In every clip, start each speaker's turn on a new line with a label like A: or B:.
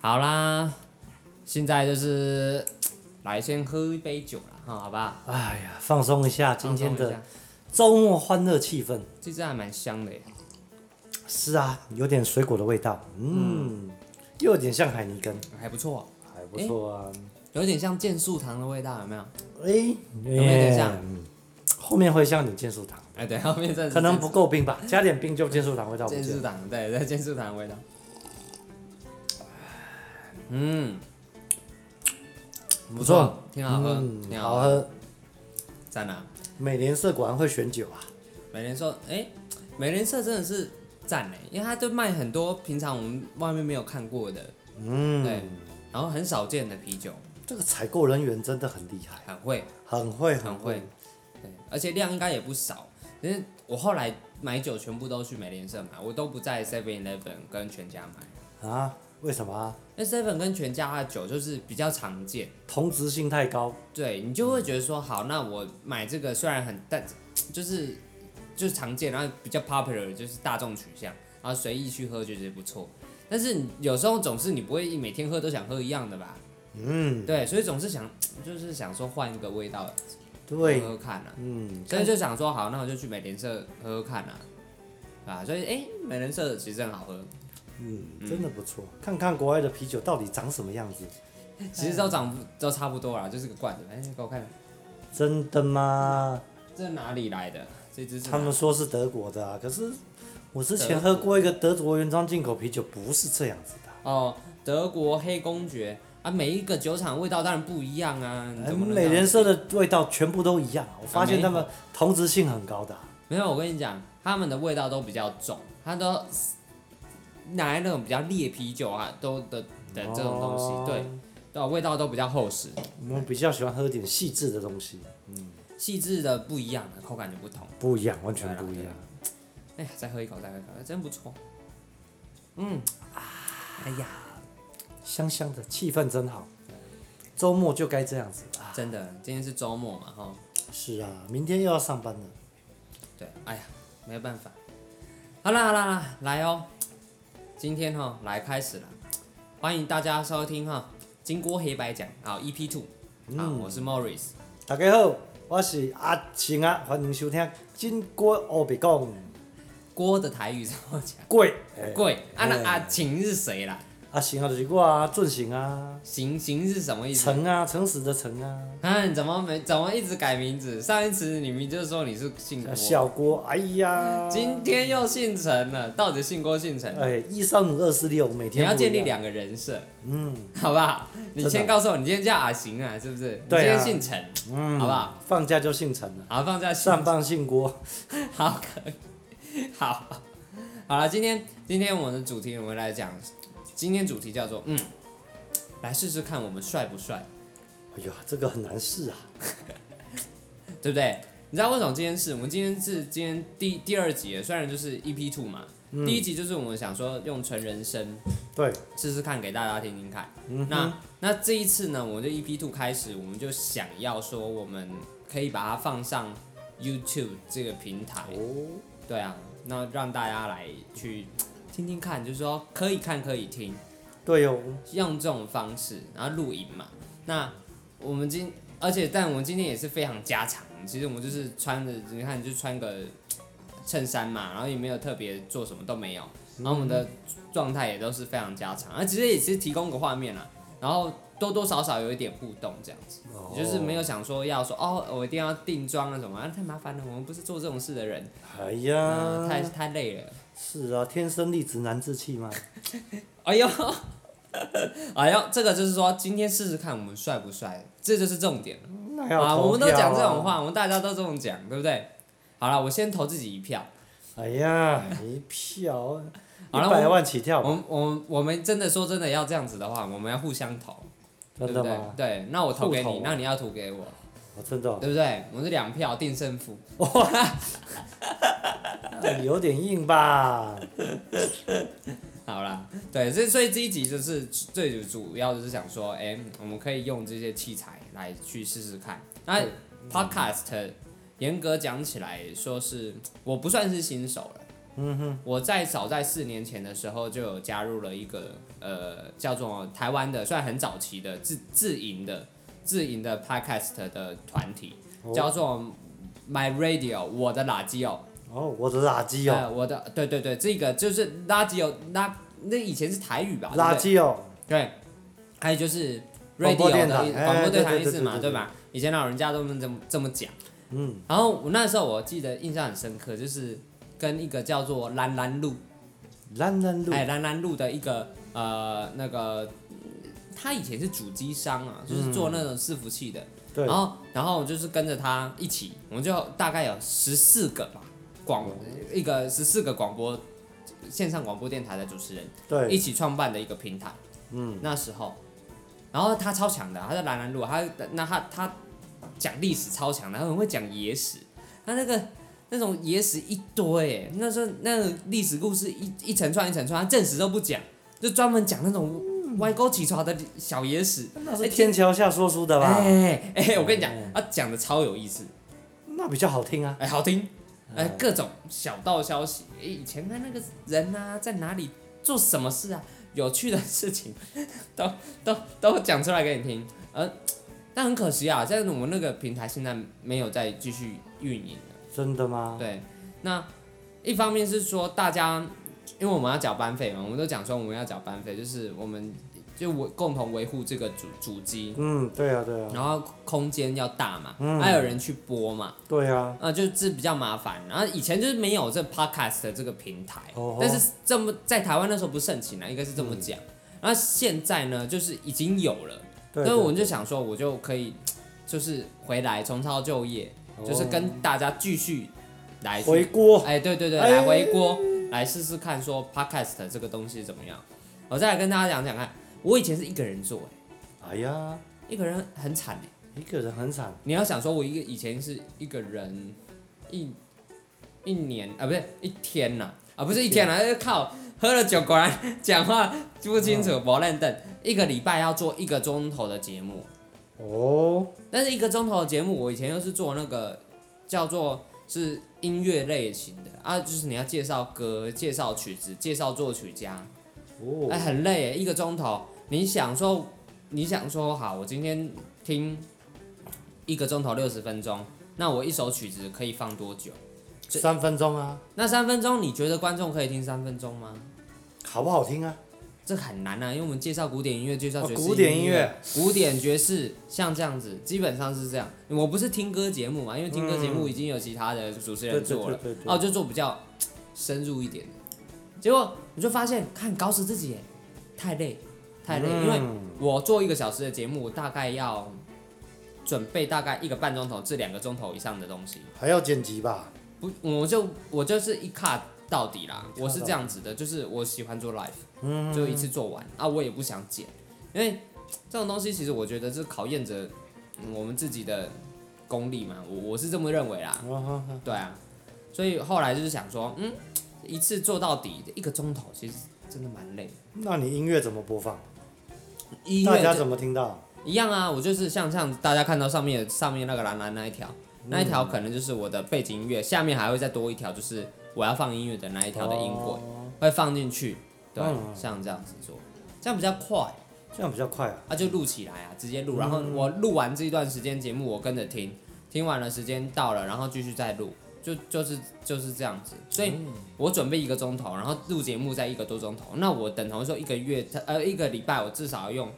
A: 好啦，现在就是来先喝一杯酒了哈，好不好？
B: 哎呀，放松一下今天
A: 放松一
B: 的
A: 下
B: 周末欢乐气氛。
A: 这支还蛮香的耶，
B: 是啊，有点水果的味道，嗯，又有点像海泥根，
A: 还不错，
B: 还不错啊。
A: 有点像健素堂的味道，有没有？
B: 哎、
A: 有没有点
B: 耶
A: 像
B: 嗯后面会像点健素糖，
A: 哎，对，后面这
B: 可能不够冰吧，加点冰就健素糖味道不
A: 健
B: 见
A: 素
B: 了。
A: 堂，对对，健素堂的味道。嗯，不错，挺好喝，
B: 嗯，
A: 挺
B: 好
A: 好喝，
B: 喝。
A: 在哪？
B: 美联社果然会选酒啊，
A: 美联社，哎，美联社真的是赞哎，因为它就卖很多平常我们外面没有看过的，对
B: 嗯，
A: 然后很少见的啤酒，
B: 这个采购人员真的很厉害，
A: 很会，
B: 很会，
A: 很
B: 会
A: 会。，对，而且量应该也不少。因为我后来买酒全部都去美联社买，我都不在 Seven Eleven 跟全家买。
B: 啊？为什么啊？
A: 那 Seven 跟全家的酒就是比较常见，
B: 同质性太高，
A: 对你就会觉得说，好，那我买这个虽然很但就是就是常见，然后比较 popular 就是大众取向，然后随意去喝就觉得不错。但是你有时候总是你不会每天喝都想喝一样的吧？
B: 嗯，
A: 对，所以总是想就是想说换一个味道喝
B: 对，
A: 喝看啊。
B: 嗯，
A: 所以就想说，好，那我就去美联社喝喝看啊，啊，所以哎、诶美联社其实很好喝，
B: 嗯，真的不错，看看国外的啤酒到底长什么样子。
A: 其实都长都差不多啦，就是个罐子。哎、给我看，
B: 真的吗？
A: 这哪里来的？这只是
B: 他
A: 哪
B: 们说是德国的啊，可是我之前喝过一个德国原装进口啤酒，不是这样子的啊。
A: 哦，德国黑公爵啊，每一个酒厂味道当然不一样啊，你
B: 哎
A: 怎么能这
B: 美
A: 样
B: 联社的味道全部都一样啊，我发
A: 啊
B: 现
A: 没
B: 他们同质性很高的啊、
A: 没有，我跟你讲，他们的味道都比较重，他都拿来那种比较烈啤酒啊，都的的这种东西，
B: 哦
A: 对，对，啊味道都比较厚实，
B: 我们比较喜欢喝点细致的东西，
A: 细致的不一样的口感就不同。
B: 不一样，完全不一
A: 对
B: 样
A: 啊。哎呀，再喝一口，再喝一口，真不错。嗯，哎呀，
B: 香香的，气氛真好。周末就该这样子啊。
A: 真的，今天是周末嘛，哈，
B: 是啊，明天又要上班了。
A: 对，哎呀，没办法。好啦好啦好啦，来哦，今天哈、来开始了，欢迎大家收听哈、金锅黑白讲》好 EP Two，啊，
B: 嗯
A: 我是 Morris，
B: 大家好，我是阿晴啊，欢迎收听《金锅欧北讲
A: 锅的台语怎么讲？
B: 贵》。
A: 贵啊，那
B: 哎
A: 啊秦是谁啦？
B: 阿行啊，就是我啊，俊行啊，
A: 行行是什么意思？
B: 诚啊，诚实的诚啊，
A: 啊，你怎么没怎么一直改名字？上一次你明就说你是姓郭，
B: 小郭，哎呀，
A: 今天又姓陈了，到底姓郭姓陈？
B: 哎，一三五二四六，每
A: 你
B: 天
A: 要
B: 不一
A: 建
B: 样
A: 立，两个人设，
B: 嗯
A: 好不好？你
B: 真的
A: 先告诉我，你今天叫阿行啊，是不是？
B: 对啊
A: 你今天姓陈，
B: 嗯，
A: 好不好？
B: 放假就姓陈了，
A: 好，放在
B: 上班姓郭，
A: 好，可以，好，好了。今天今天我们的主题，我们来讲，今天主题叫做嗯，来试试看我们帅不帅，
B: 哎呀，这个很难试啊，
A: 对不对？你知道为什么今天是我们今天是今天第第二集了，虽然就是 EP two 嘛，
B: 嗯
A: 第一集就是我们想说用纯人声
B: 对，
A: 试试看给大家听听看。
B: 嗯哼，
A: 那那这一次呢，我们就 EP two 开始，我们就想要说，我们可以把它放上 YouTube 这个平台，
B: 哦，
A: 对啊，那让大家来去听听看，就是说可以看可以听，
B: 对哦，
A: 用这种方式，然后录影嘛。那我们今而且但我们今天也是非常家常，其实我们就是穿着你看就穿个衬衫嘛，然后也没有特别做什么都没有，然后我们的状态也都是非常家常，啊，其实也是提供个画面啦，然后多多少少有一点互动这样子。
B: 哦
A: 就是没，有想说要说哦，我一定要定妆啊什么啊，太麻烦了，我们不是做这种事的人，
B: 哎
A: 嗯、太
B: 呀，
A: 太累了。
B: 是啊，天生丽质难自弃
A: 啊
B: 嘛，
A: 哎呦， 哎呦，这个就是说，今天试试看我们帅不帅，这就是重点了
B: 那要
A: 啊！
B: 投
A: 我们都
B: 票啊
A: 讲这种，话，我们大家都这种讲，对不对？好了，我先投自己一票。
B: 哎呀，一票，啊 一
A: 好了
B: 百万起跳
A: 我
B: 吧，
A: 们我们我们真的说真的要这样子的话，我们要互相投，对
B: 真
A: 不
B: 的
A: 对
B: 吗？？
A: 对，那我投给
B: 互
A: 你
B: 投，啊
A: 那你要投给我，
B: 我真的哦，
A: 对不对？我们是两票定胜负。
B: 有点硬吧。
A: 好啦，对，所以所以这一集就是最主要就是想说，哎、我们可以用这些器材来去试试看。那 podcast 严格讲起来，说是我不算是新手了，嗯哼，我在早在四年前的时候就有加入了一个呃叫做台湾的，算很早期的自自营的自营的 podcast 的团体，叫做 My Radio 我的垃圾哦。
B: 哦，我的垃圾哦，
A: 呃，我的对对对，这个就是垃圾哦，那那以前是台语吧？对不对
B: 垃圾哦，
A: 对，还有就是
B: 广播
A: radio
B: 电
A: 的
B: 台
A: 意
B: 哎
A: 广播电台
B: 对
A: 意
B: 对
A: 思
B: 对
A: 嘛，
B: 对
A: 对
B: 对
A: 吧？以前老人家都这么这么讲。
B: 嗯。
A: 然后我那时候我记得印象很深刻，就是跟一个叫做兰兰路，
B: 烂烂路，
A: 哎，兰兰路的一个呃那个，他以前是主机商啊，
B: 嗯
A: 就是做那种伺服器的。
B: 对
A: 然，后，然后就是跟着他一起，我们就大概有十四个吧，广
B: 嗯
A: 一个十四个广播线上广播电台的主持人一
B: 对，
A: 起创办的一个平台。
B: 嗯，
A: 那时候，然后他超强的，他在兰兰路，他那他他讲历史超强的，他很会讲野史，他那个那种野史一堆，那时候那个历史故事一一层串一层串，他正史都不讲，就专门讲那种
B: 嗯
A: 歪勾起床的小野史。
B: 那是哎天桥下说书的吧？
A: 哎哎，我跟你讲，他讲的超有意思，
B: 那比较好听啊。
A: 哎，好听，哎，各种小道消息，哎，以前看那个人啊，在哪里做什么事啊，有趣的事情， 都都都讲出来给你听，呃，但很可惜啊，在我们那个平台现在没有再继续运营了，
B: 真的吗？
A: 对，那一方面是说大家，因为我们要缴班费嘛，我们都讲说我们要缴班费，就是我们就维共同维护这个主主机，
B: 嗯，对啊，对啊，
A: 然后空间要大嘛，
B: 嗯
A: 还有人去播嘛，
B: 对啊，
A: 啊，就是比较麻烦。然后以前就是没有这 podcast 的这个平台，
B: 哦吼嗯
A: 但是这么在台湾那时候不盛行啊，应该是这么讲。然后现在呢，就是已经有了，所
B: 对。
A: 以
B: 对
A: 我们就想说，我就可以就是回来重操旧业，就是跟大家继续来去
B: 哦回锅，
A: 哎，对对对，
B: 哎
A: 来回锅，来试试看说 podcast 这个东西怎么样。我再来跟大家讲讲看，我以前是一个人做、哎
B: 哎呀，
A: 一个人很惨、哎
B: 一个人很惨，
A: 你要想说，我一个以前是一个人一一年啊，不是一天呐、啊，不是一天啦、啊，靠，喝了酒果然讲话不清楚，不认真。一个礼拜要做一个钟头的节目，
B: 哦，
A: 但是一个钟头的节目，我以前又是做那个叫做是音乐类型的啊，就是你要介绍歌、介绍曲子、介绍作曲家，哎、
B: 哦，
A: 很累耶，一个钟头。你想说，你想说好，我今天听一个钟头六十分钟，那我一首曲子可以放多久？这
B: 三分钟啊，
A: 那三分钟，你觉得观众可以听三分钟吗？
B: 好不好听啊？
A: 这很难啊，因为我们介绍古典音乐，介绍
B: 哦
A: 爵士、
B: 古典
A: 音
B: 音乐、
A: 古典爵士，像这样子，基本上是这样。我不是听歌节目嘛，因为听歌节目已经有其他的主持
B: 嗯对
A: 人
B: 对
A: 做
B: 对
A: 了，
B: 对对，
A: 哦，就做比较深入一点的。结果你就发现，看搞死自己耶，太累，太累，因为
B: 嗯
A: 我做一个小时的节目，我大概要准备大概一个半钟头至两个钟头以上的东西。
B: 还要剪辑吧？
A: 不，我就我就是一卡到底啦，我是这样子的，就是我喜欢做 live，
B: 嗯，
A: 就一次做完啊，我也不想剪，因为这种东西其实我觉得是考验着嗯我们自己的功力嘛，我我是这么认为啦，
B: 哦哈哈
A: 对啊，所以后来就是想说，嗯，一次做到底一个钟头，其实真的蛮累的。
B: 那你音乐怎么播放？
A: 音
B: 大
A: 乐
B: 家
A: 这
B: 怎么听到？
A: 一样啊，我就是像像大家看到上面上面那个蓝蓝那一条，那一条可能就是我的背景音乐，下面还会再多一条，就是我要放音乐的那一条的音轨、
B: 哦
A: 会放进去，对，
B: 嗯
A: 像这样子做，这样比较快，
B: 这样比较快啊。
A: 啊就录起来啊，直接录，然后我录完这一段时间节目，我跟着听，听完了时间到了，然后继续再录，就就是就是这样子，所以我准备一个钟头，然后录节目在一个多钟头，那我等同于说一个月，呃，一个礼拜我至少要用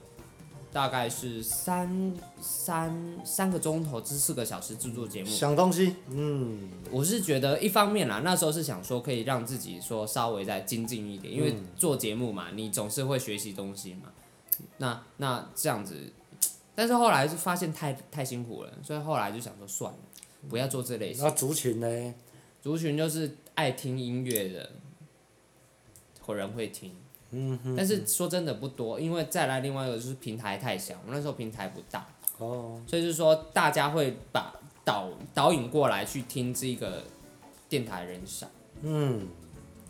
A: 大概是三三三个钟头至四个小时制作节目。
B: 想东西，嗯，
A: 我是觉得一方面啦，那时候是想说可以让自己说稍微再精进一点，因为做节目嘛，你总是会学习东西嘛。那那这样子，但是后来是发现太太辛苦了，所以后来就想说算了，不要做这类型。
B: 那族群呢？
A: 族群就是爱听音乐的，有人会听。嗯但是说真的不多，因为再来另外一个就是平台太小，我们那时候平台不大，
B: 哦，
A: 所以就是说大家会把导导引过来去听这个电台人少，
B: 嗯，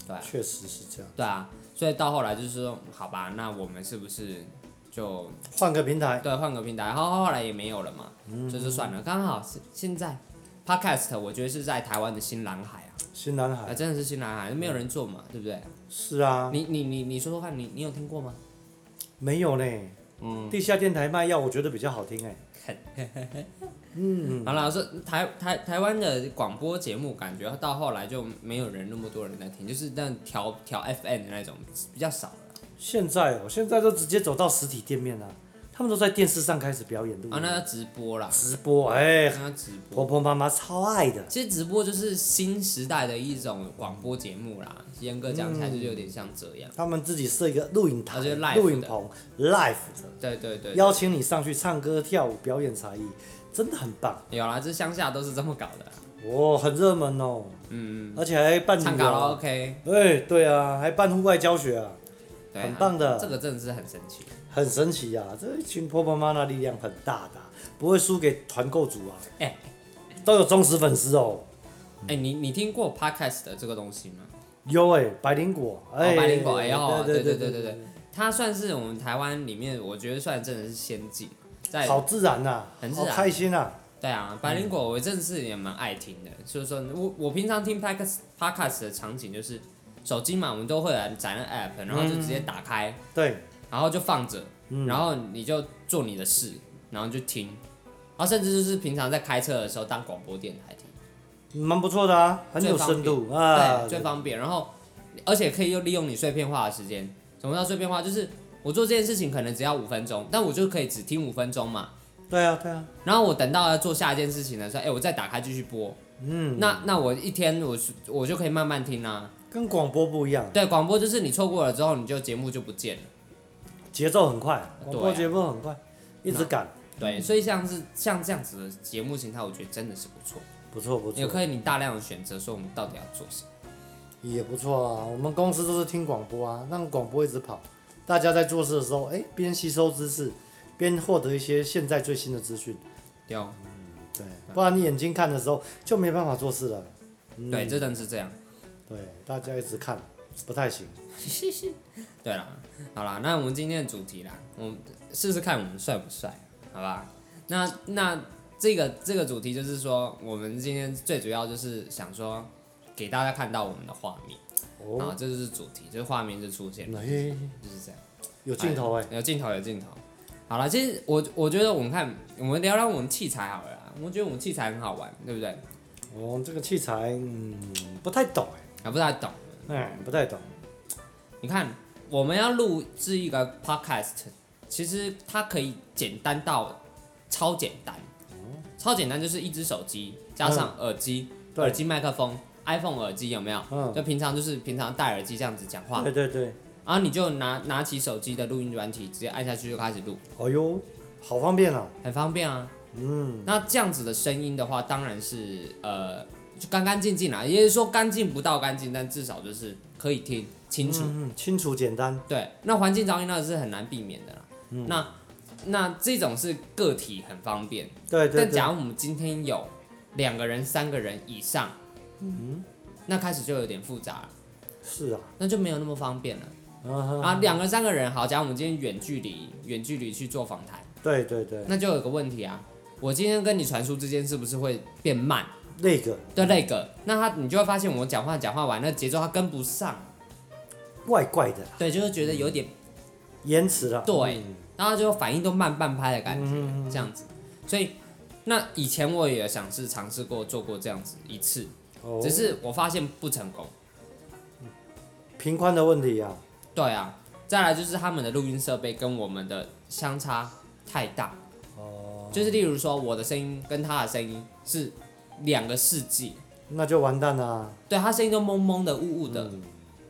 A: 对啊
B: 确实是这样。
A: 对啊，所以到后来就是说，好吧，那我们是不是就
B: 换个平台，
A: 对换个平台？然后后来也没有了嘛，就是算了，刚好是现在 podcast 我觉得是在台湾的新蓝海啊，
B: 新南
A: 啊
B: 海
A: 真的是新蓝海，没有人做嘛，对不对？
B: 是啊，
A: 你你你你说说看，你你有听过吗？
B: 没有呢。嗯，地下电台卖药，我觉得比较好听哎。
A: 好啦，说台台台湾的广播节目，感觉到后来就没有人那么多人在听，就是那调调 FM 的那种比较少了
B: 现在我现在都直接走到实体店面啦、他们都在电视上开始表演录
A: 啊，
B: 音
A: 那要直播啦，
B: 直播，哎、
A: 那要直
B: 婆
A: 播。
B: 婆妈妈超爱的。
A: 其实直播就是新时代的一种广播节目啦，严格讲起来就是有
B: 嗯
A: 点像这样。
B: 他们自己设一个录影台
A: 而且、live 啊
B: 录影棚，live 的，
A: 对对对，
B: 邀请你上去唱歌、跳舞、表演才艺，真的很棒。
A: 有啦，这乡下都是这么搞的啦，
B: 哇，很热门哦。嗯，而且还办
A: 唱
B: 旅
A: 卡拉
B: 游。
A: OK，
B: 对对啊，还办户外教学啊，
A: 对、啊，
B: 很棒的
A: 这个真的是很神奇。
B: 很神奇啊！这一群婆婆妈妈力量很大的啊、不会输给团购组啊。
A: 哎
B: 都有忠实粉丝哦。
A: 哎、你你听过 podcast 的这个东西吗？
B: 有哎、百灵果，哎、
A: 百灵果哎哦
B: 对
A: 对对
B: 对
A: 对对它算是我们台湾里面，我觉得算真的是先进，在
B: 好自然呐、
A: 很自
B: 好
A: 然
B: 开心呐、啊，
A: 对啊，百灵果我真的是也蛮爱听的，就是说我我平常听 podcast podcast 的场景就是手机嘛，我们都会来载那 app，然后就直接打开，
B: 对，
A: 然后就放着，然后你就做你的事，然后就听，然后甚至就是平常在开车的时候当广播电台听，
B: 蛮不错的啊，很有深度啊
A: 对，，最方便。然后而且可以又利用你碎片化的时间。什么叫碎片化？就是我做这件事情可能只要五分钟，但我就可以只听五分钟嘛。
B: 对啊对啊，
A: 然后我等到要做下一件事情的时候，哎、我再打开继续播。嗯，那那我一天我是我就可以慢慢听啊。
B: 跟广播不一样，
A: 对，广播就是你错过了之后，你就节目就不见了。
B: 节奏很快，
A: 对啊
B: 广播节奏很快，一直赶，
A: 对，所以像是像这样子的节目形态，我觉得真的是不错。
B: 不错不
A: 也
B: 错，
A: 可以你大量的选择说我们到底要做什么。
B: 也不错啊。我们公司都是听广播啊，让广播一直跑，大家在做事的时候，哎、边吸收知识，边获得一些现在最新的资讯，
A: 对哦，
B: 对，不然你眼睛看的时候就没办法做事了。嗯
A: 对，这真的是这样。
B: 对，大家一直看不太行。
A: 对啦，好啦，那我们今天的主题啦，我们试试看我们帅不帅，好吧？那那这个这个主题就是说，我们今天最主要就是想说，给大家看到我们的画面、
B: 哦，
A: 啊，这就是主题，就是画面就出现了，
B: 哎，
A: 就是这样。
B: 有镜头哎、
A: 有镜头有镜头。好了，其实我我觉得我们看，我们聊聊我们器材好了啦，我觉得我们器材很好玩，对不对？
B: 我哦这个器材，嗯，不太懂
A: 还啊不太懂，
B: 哎、哎，不太懂。
A: 你看，我们要录制一个 podcast，其实它可以简单到超简单，
B: 哦
A: 超简单就是一只手机加上耳机、
B: 嗯对
A: 耳机麦克风、iPhone 耳机有没有？
B: 嗯
A: 就平常就是平常戴耳机这样子讲话，
B: 对对对，
A: 然后你就拿拿起手机的录音软体，直接按下去就开始录，
B: 哎呦，好方便啊！
A: 很方便啊。嗯，那这样子的声音的话，当然是呃就干干净净啦，也就是说干净不到干净，但至少就是可以听清楚。
B: 嗯，清楚简单，
A: 对，那环境噪音那是很难避免的啦。
B: 嗯
A: 那那这种是个体很方便，
B: 对对
A: 但
B: 对
A: 假，如我们今天有两个人、三个人以上，
B: 嗯
A: 那开始就有点复杂了，
B: 是啊，
A: 那就没有那么方便了。
B: 嗯哼，
A: 啊，两个三个人好，假如我们今天远距离、远距离去做访谈，
B: 对对对，
A: 那就有个问题啊，我今天跟你传输之间是不是会变慢
B: 那个
A: 的那个？那他你就会发现我讲话讲话完，那节奏他跟不上，
B: 怪怪的，
A: 对，就会觉得有点
B: 延迟了。
A: 对
B: 嗯
A: 然后就反应都慢半拍的感觉，这样子。所以，那以前我也想是尝试过做过这样子一次，
B: 哦，
A: 只是我发现不成功。
B: 频宽的问题啊，
A: 对啊，再来就是他们的录音设备跟我们的相差太大。哦，就是例如说我的声音跟他的声音是两个世纪，
B: 那就完蛋啦。
A: 对他声音都蒙蒙的、雾雾的，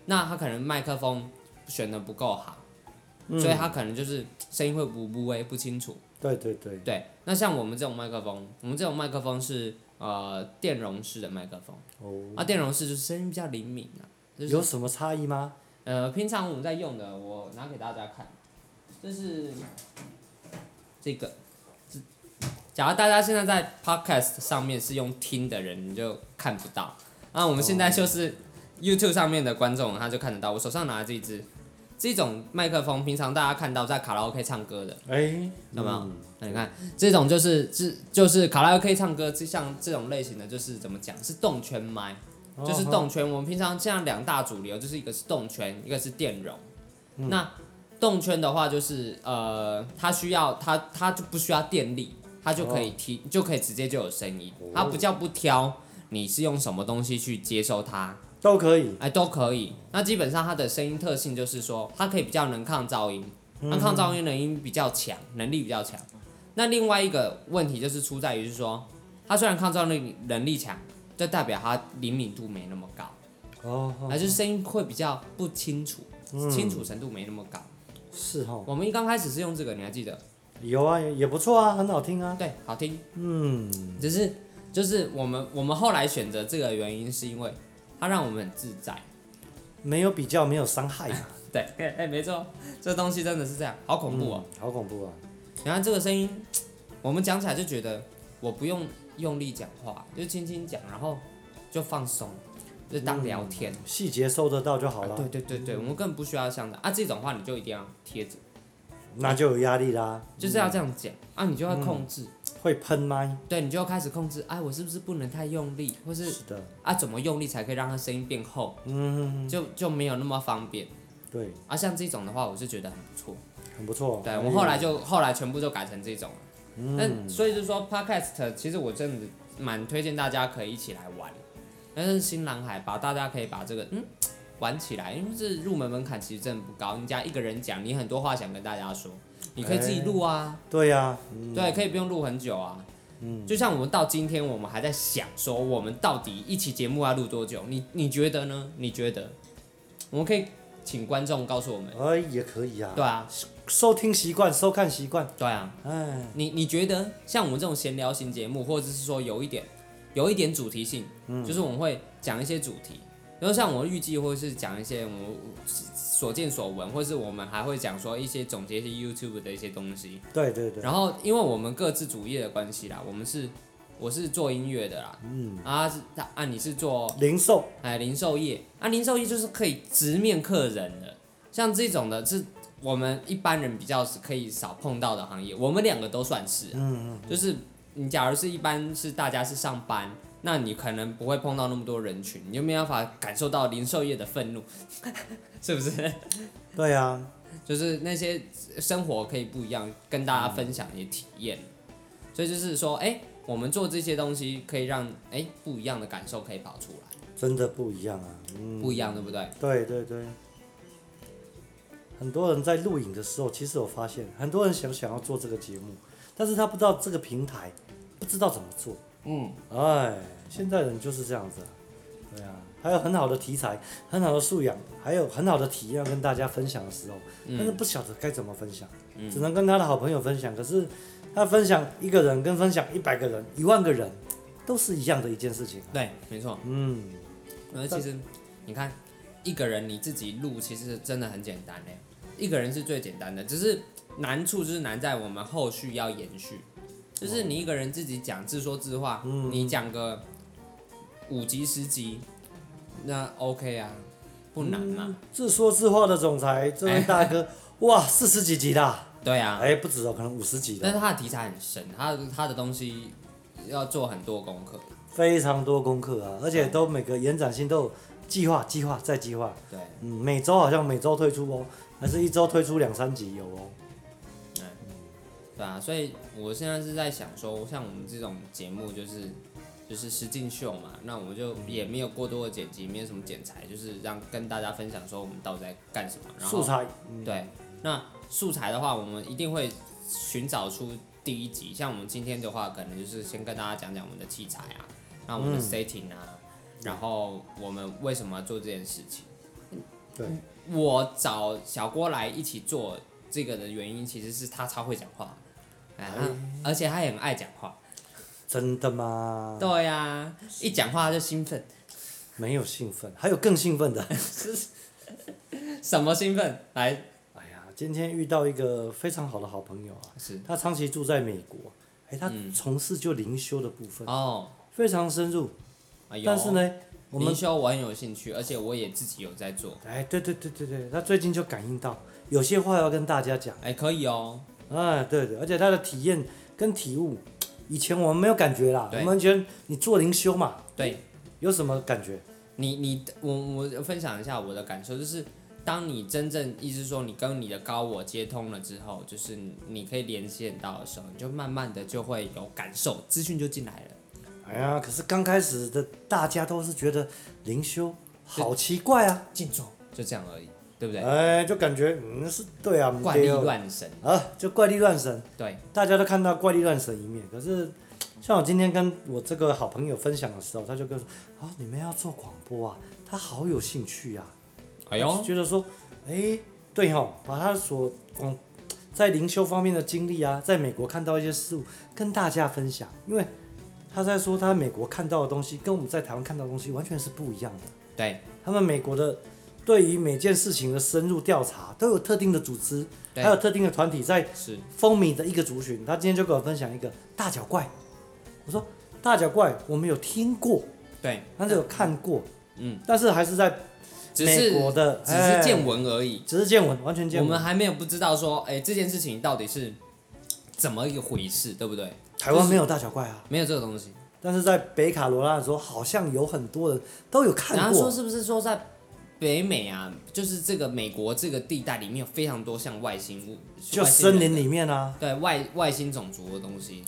A: 那他可能麦克风选的不够好，所以他可能就是声音会不不微不清楚。
B: 对对对，
A: 对，那像我们这种麦克风，我们这种麦克风是呃电容式的麦克风，
B: 哦，
A: 啊电容式就是声音比较灵敏啊，就是
B: 有什么差异吗？
A: 呃平常我们在用的，我拿给大家看，就是这个，这假如大家现在在 Podcast 上面是用听的人，你就看不到，那我们现在就是 YouTube 上面的观众他就看得到，我手上拿的这一支，这种麦克风平常大家看到在卡拉 OK 唱歌的，
B: 哎、
A: 有没有
B: 嗯
A: 那你看这种就是这就是卡拉 OK 唱歌，就像这种类型的就是怎么讲是动圈麦，
B: 哦
A: 就是动圈。我们平常像两大主流，就是一个是动圈，一个是电容。那动圈的话，就是呃，它需要它它就不需要电力，它就可以提、就可以直接就有声音，它不叫不挑。你是用什么东西去接收它？
B: 都可以，
A: 哎，都可以。那基本上它的声音特性就是说，它可以比较能抗噪音，
B: 嗯
A: 那抗噪音能音比较强，能力比较强。那另外一个问题就是出在于是说，它虽然抗噪力能力强，就代表它灵敏度没那么高，
B: 哦，嗯
A: 啊，就是声音会比较不清楚，清楚程度没那么高。
B: 是哈，
A: 我们一刚开始是用这个，你还记得？
B: 有啊，也也不错啊，很好听啊，
A: 对，好听。嗯，只是就是我们我们后来选择这个原因是因为它让我们很自在。
B: 没有比较，没有伤害嘛，
A: 对，哎、没错，这东西真的是这样，好恐怖哦。
B: 嗯好恐怖啊，
A: 你看这个声音，我们讲起来就觉得我不用用力讲话，就轻轻讲，然后就放松，就当聊天。
B: 细节收得到就嗯好
A: 啊
B: 了，嗯
A: 对对对对，我们根本不需要像的啊，这种话你就一定要贴着，
B: 那就有压力啦，
A: 就是要这样讲、啊，你就要
B: 嗯
A: 控制，
B: 会喷麦，
A: 对你就要开始控制，哎、我是不是不能太用力，或是
B: 是的，
A: 啊怎么用力才可以让它声音变厚，嗯，就就没有那么方便
B: 对，
A: 啊。像这种的话，我是觉得很不错。
B: 很不错。
A: 对我后来就后来全部都改成这种了。但所以就说 podcast，其实我真的蛮推荐大家可以一起来玩。但是新蓝海吧，大家可以把这个嗯玩起来，因为这入门门槛其实真的不高。你只要一个人讲，你很多话想跟大家说，你可以自己录啊，
B: 对呀、
A: 对，可以不用录很久啊。嗯，就像我们到今天，我们还在想说，我们到底一期节目要录多久？你你觉得呢？你觉得？我们可以请观众告诉我们。
B: 哎，也可以啊。
A: 对啊，
B: 收听习惯、收看习惯，
A: 对啊，
B: 哎，
A: 你你觉得像我们这种闲聊型节目，或者是说有一点有一点主题性，
B: 嗯
A: 就是我们会讲一些主题，然后像我预计或是讲一些我们所见所闻，或是我们还会讲说一些总结一些 YouTube 的一些东西。
B: 对对对，
A: 然后因为我们各自主业的关系啦，我们是我是做音乐的啦，嗯，啊是他啊你是做
B: 零售
A: 哎，零售业啊，零售业就是可以直面客人的，像这种的是我们一般人比较是可以少碰到的行业，我们两个都算是、嗯嗯，就是你假如是一般是大家是上班，那你可能不会碰到那么多人群，你就没办法感受到零售业的愤怒，是不是？
B: 对啊，
A: 就是那些生活可以不一样，跟大家分享也体验。所以就是说，哎、我们做这些东西可以让哎、不一样的感受可以跑出来，
B: 真的不一样啊。嗯，
A: 不一样，对不对？
B: 对对对。很多人在录影的时候，其实我发现很多人想想要做这个节目，但是他不知道这个平台，不知道怎么做。
A: 嗯。
B: 哎，现在人就是这样子啊、对啊，还有很好的题材，很好的素养，还有很好的体验要跟大家分享的时候，但是不晓得该怎么分享，只能跟他的好朋友分享。可是他分享一个人跟分享一百个人、一万个人，都是一样的一件事情啊。
A: 对，没错。
B: 嗯，
A: 然后其实你看，一个人你自己录，其实真的很简单嘞。一个人是最简单的，只是难处就是难在我们后续要延续。就是你一个人自己讲自说自话，你讲个五集十集，那 OK 啊，不难嘛。
B: 自说自话的总裁这位大哥，哇，四十几集啦，
A: 对哎啊，
B: 哎，不止哦，可能五十集
A: 但
B: 了，
A: 是他的题材很深，他的他的东西要做很多功课。
B: 非常多功课啊，而且都每个延展性都有计划、计划再计划。
A: 对，
B: 嗯，每周好像每周推出哦，还是一周推出两三集有哦。
A: 对啊，所以我现在是在想说，像我们这种节目就是就是实境秀嘛，那我们就也没有过多的剪辑，没有什么剪裁，就是让跟大家分享说我们到底在干什么。然后
B: 素材嗯
A: 对，那素材的话，我们一定会寻找出第一集。像我们今天的话，可能就是先跟大家讲讲我们的器材啊，那我
B: 嗯
A: 们的 setting 啊，然后我们为什么要做这件事情。
B: 对，
A: 嗯我找小郭来一起做这个的原因，其实是他超会讲话，哎，他而且他也很爱讲话。
B: 真的吗？
A: 对呀、一讲话就兴 奋，
B: 没有兴奋，还有更兴奋的。
A: 什么兴奋？来，
B: 哎呀，今天遇到一个非常好的好朋友啊，
A: 是嗯
B: 他长期住在美国，哎，他从事就灵修的部分，
A: 哦，
B: 非常深入。
A: 哎呦，
B: 但是呢，我
A: 灵
B: 们
A: 修我很有兴趣，而且我也自己有在做。
B: 哎，对对对对对，他最近就感应到有些话要跟大家讲。
A: 哎，可以哦，
B: 啊，对对，而且他的体验跟体悟，以前我们没有感觉啦，
A: 对
B: 我们觉得你做灵修嘛，
A: 对
B: 有什么感觉？
A: 你你我我分享一下我的感受，就是当你真正意思说你跟你的高我接通了之后，就是你你可以连线到的时候，你就慢慢的就会有感受，资讯就进来了。
B: 哎呀，可是刚开始的大家都是觉得灵修好奇怪啊，
A: 静坐，就这样而已，对不对？
B: 哎，就感觉嗯是对啊，
A: 怪力
B: 对哦
A: 乱神，
B: 啊，就怪力乱神，
A: 对，
B: 大家都看到怪力乱神一面，可是。像我今天跟我这个好朋友分享的时候，他就跟我说：“啊、你们要做广播啊，他好有兴趣啊。”
A: 哎呦，
B: 觉得说，哎、对哈、把他所广在灵修方面的经历啊，在美国看到一些事物，跟大家分享，因为他在说他美国看到的东西跟我们在台湾看到的东西完全是不一样的。
A: 对
B: 他们美国的对于每件事情的深入调查，都有特定的组织，还有
A: 对
B: 特定的团体在
A: 是，
B: 风靡的一个族群。他今天就跟我分享一个大脚怪，我说大脚怪我们有听过，
A: 对，
B: 但是有看过，
A: 嗯，
B: 但是还是在
A: 只
B: 美
A: 是
B: 国的，
A: 只
B: 哎
A: 是见闻而已，
B: 只是见闻，完全见
A: 我
B: 闻。
A: 们还没有不知道说，哎，这件事情到底是怎么一个回事，对不对？
B: 台湾没有大小怪啊，
A: 没有这个东西。
B: 但是在北卡罗来纳的时候，好像有很多人都有
A: 然
B: 看
A: 后说
B: 过。
A: 是不是说在北美啊，就是这个美国这个地带里面有非常多像外星物，
B: 就
A: 外星人
B: 森
A: 的
B: 林里面啊，
A: 对外外星种族的东西。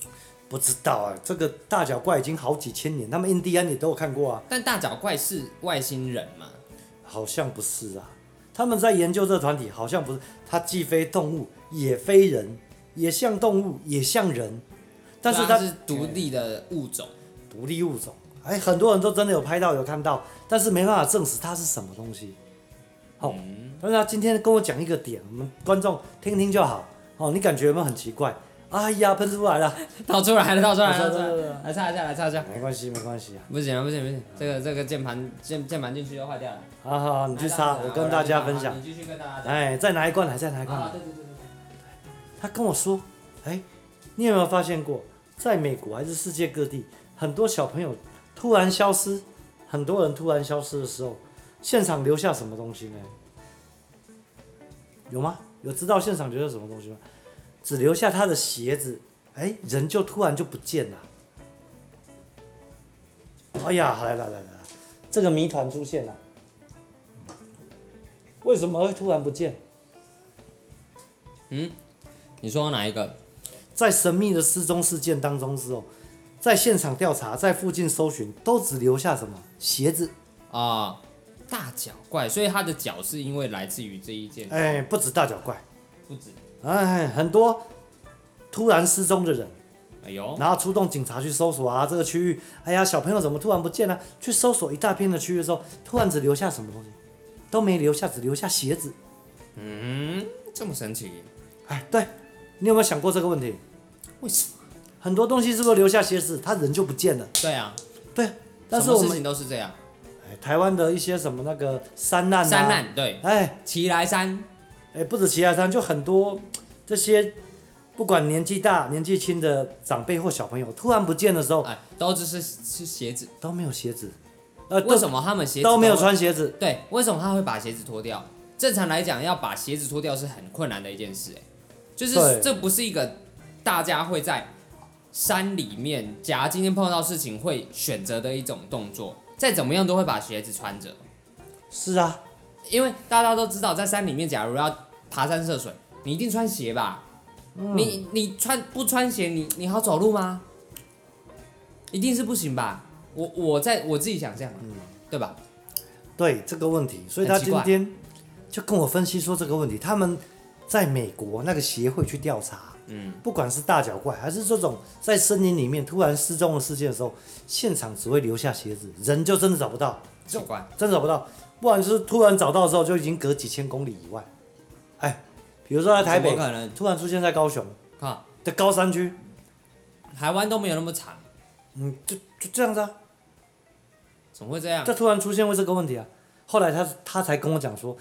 B: 不知道啊，这个大脚怪已经好几千年，他们印第安也都有看过啊，
A: 但大脚怪是外星人嘛？
B: 好像不是啊。他们在研究这个团体，好像不是，它既非动物，也非人，也像动物，也像人，但是哎
A: 对啊
B: 它
A: 它是独立的物种，
B: 独立物种。哎，很多人都真的有拍到有看到，但是没办法证实它是什么东西。好、
A: 嗯
B: 但是他今天跟我讲一个点，我们观众听听就好。哦，你感觉有没有很奇怪？哎呀，喷出 来了，
A: 倒出来了，倒出来
B: 倒
A: 了，倒
B: 出
A: 出
B: 来
A: 来
B: 了
A: 了，来擦一下，来擦一下。
B: 没关系，没关系啊。
A: 不行啊不行不行，这个这个键盘键键盘进去就坏掉了。
B: 好好，好你去擦，
A: 来
B: 我跟大家分，
A: 来
B: 享。
A: 你继续跟大家讲。
B: 哎，再拿一罐来，再拿一罐
A: 啊，
B: 来。
A: 对对对对
B: 他跟我说，哎，你有没有发现过，在美国还是世界各地，很多小朋友突然消失，很多人突然消失的时候，现场留下什么东西呢？有吗？有知道现场留下什么东西吗？只留下他的鞋子，哎，人就突然就不见了。哎呀，来来来来来，这个谜团出现了，为什么会突然不见？
A: 对，你说哪一个？
B: 在神秘的失踪事件当中之后，在现场调查，在附近搜寻，都只留下什么鞋子？
A: 啊、大脚怪，所以它的脚是因为来自于这一件，
B: 哎，不止大脚怪，
A: 不止。
B: 哎，很多突然失踪的人，
A: 哎呦，
B: 然后出动警察去搜索啊，这个区域，哎呀，小朋友怎么突然不见了、去搜索一大片的区域的时候，突然只留下什么东西？都没留下，只留下鞋子。
A: 嗯，这么神奇，
B: 哎，对，你有没有想过这个问题？
A: 为什么？
B: 很多东西是不是留下鞋子，他人就不见了？
A: 对啊，
B: 对，但是
A: 什么
B: 我
A: 事
B: 们、
A: 情都是这样，
B: 哎台湾的一些什么那个山难啊，
A: 山，难对，
B: 哎，
A: 奇来山，
B: 哎，不止齐亚山，就很多这些，不管年纪大、年纪轻的长辈或小朋友，突然不见的时候
A: 哎，都只是是鞋子，
B: 都没有鞋子，呃，
A: 为
B: 都
A: 什么他们鞋子
B: 都没有
A: 会？
B: 穿鞋子，
A: 对，为什么他会把鞋子脱掉？正常来讲，要把鞋子脱掉是很困难的一件事、哎，就是
B: 对
A: 这不是一个大家会在山里面，假如今天碰到事情会选择的一种动作，再怎么样都会把鞋子穿着。
B: 是啊，
A: 因为大家都知道，在山里面，假如要爬山涉水，你一定穿鞋吧？
B: 嗯
A: 你你穿不穿鞋，你你好走路吗？一定是不行吧？我我在我自己想象嘛，啊
B: 嗯
A: 对吧？
B: 对这个问题，所以他
A: 很奇
B: 今
A: 怪
B: 天就跟我分析说这个问题，他们在美国那个协会去调查，嗯，不管是大脚怪还是这种在森林里面突然失踪的事件的时候，现场只会留下鞋子，人就真的找不到，
A: 奇怪，
B: 真找不到，不然就是突然找到的时候就已经隔几千公里以外。哎，比如说在台北
A: 怎么可能
B: 突然出现在高雄
A: 啊，
B: 的高山区，
A: 台湾都没有那么长，
B: 嗯，就就这样子啊，
A: 怎么会这样
B: 就？突然出现过这个问题啊。后来他他才跟我讲说，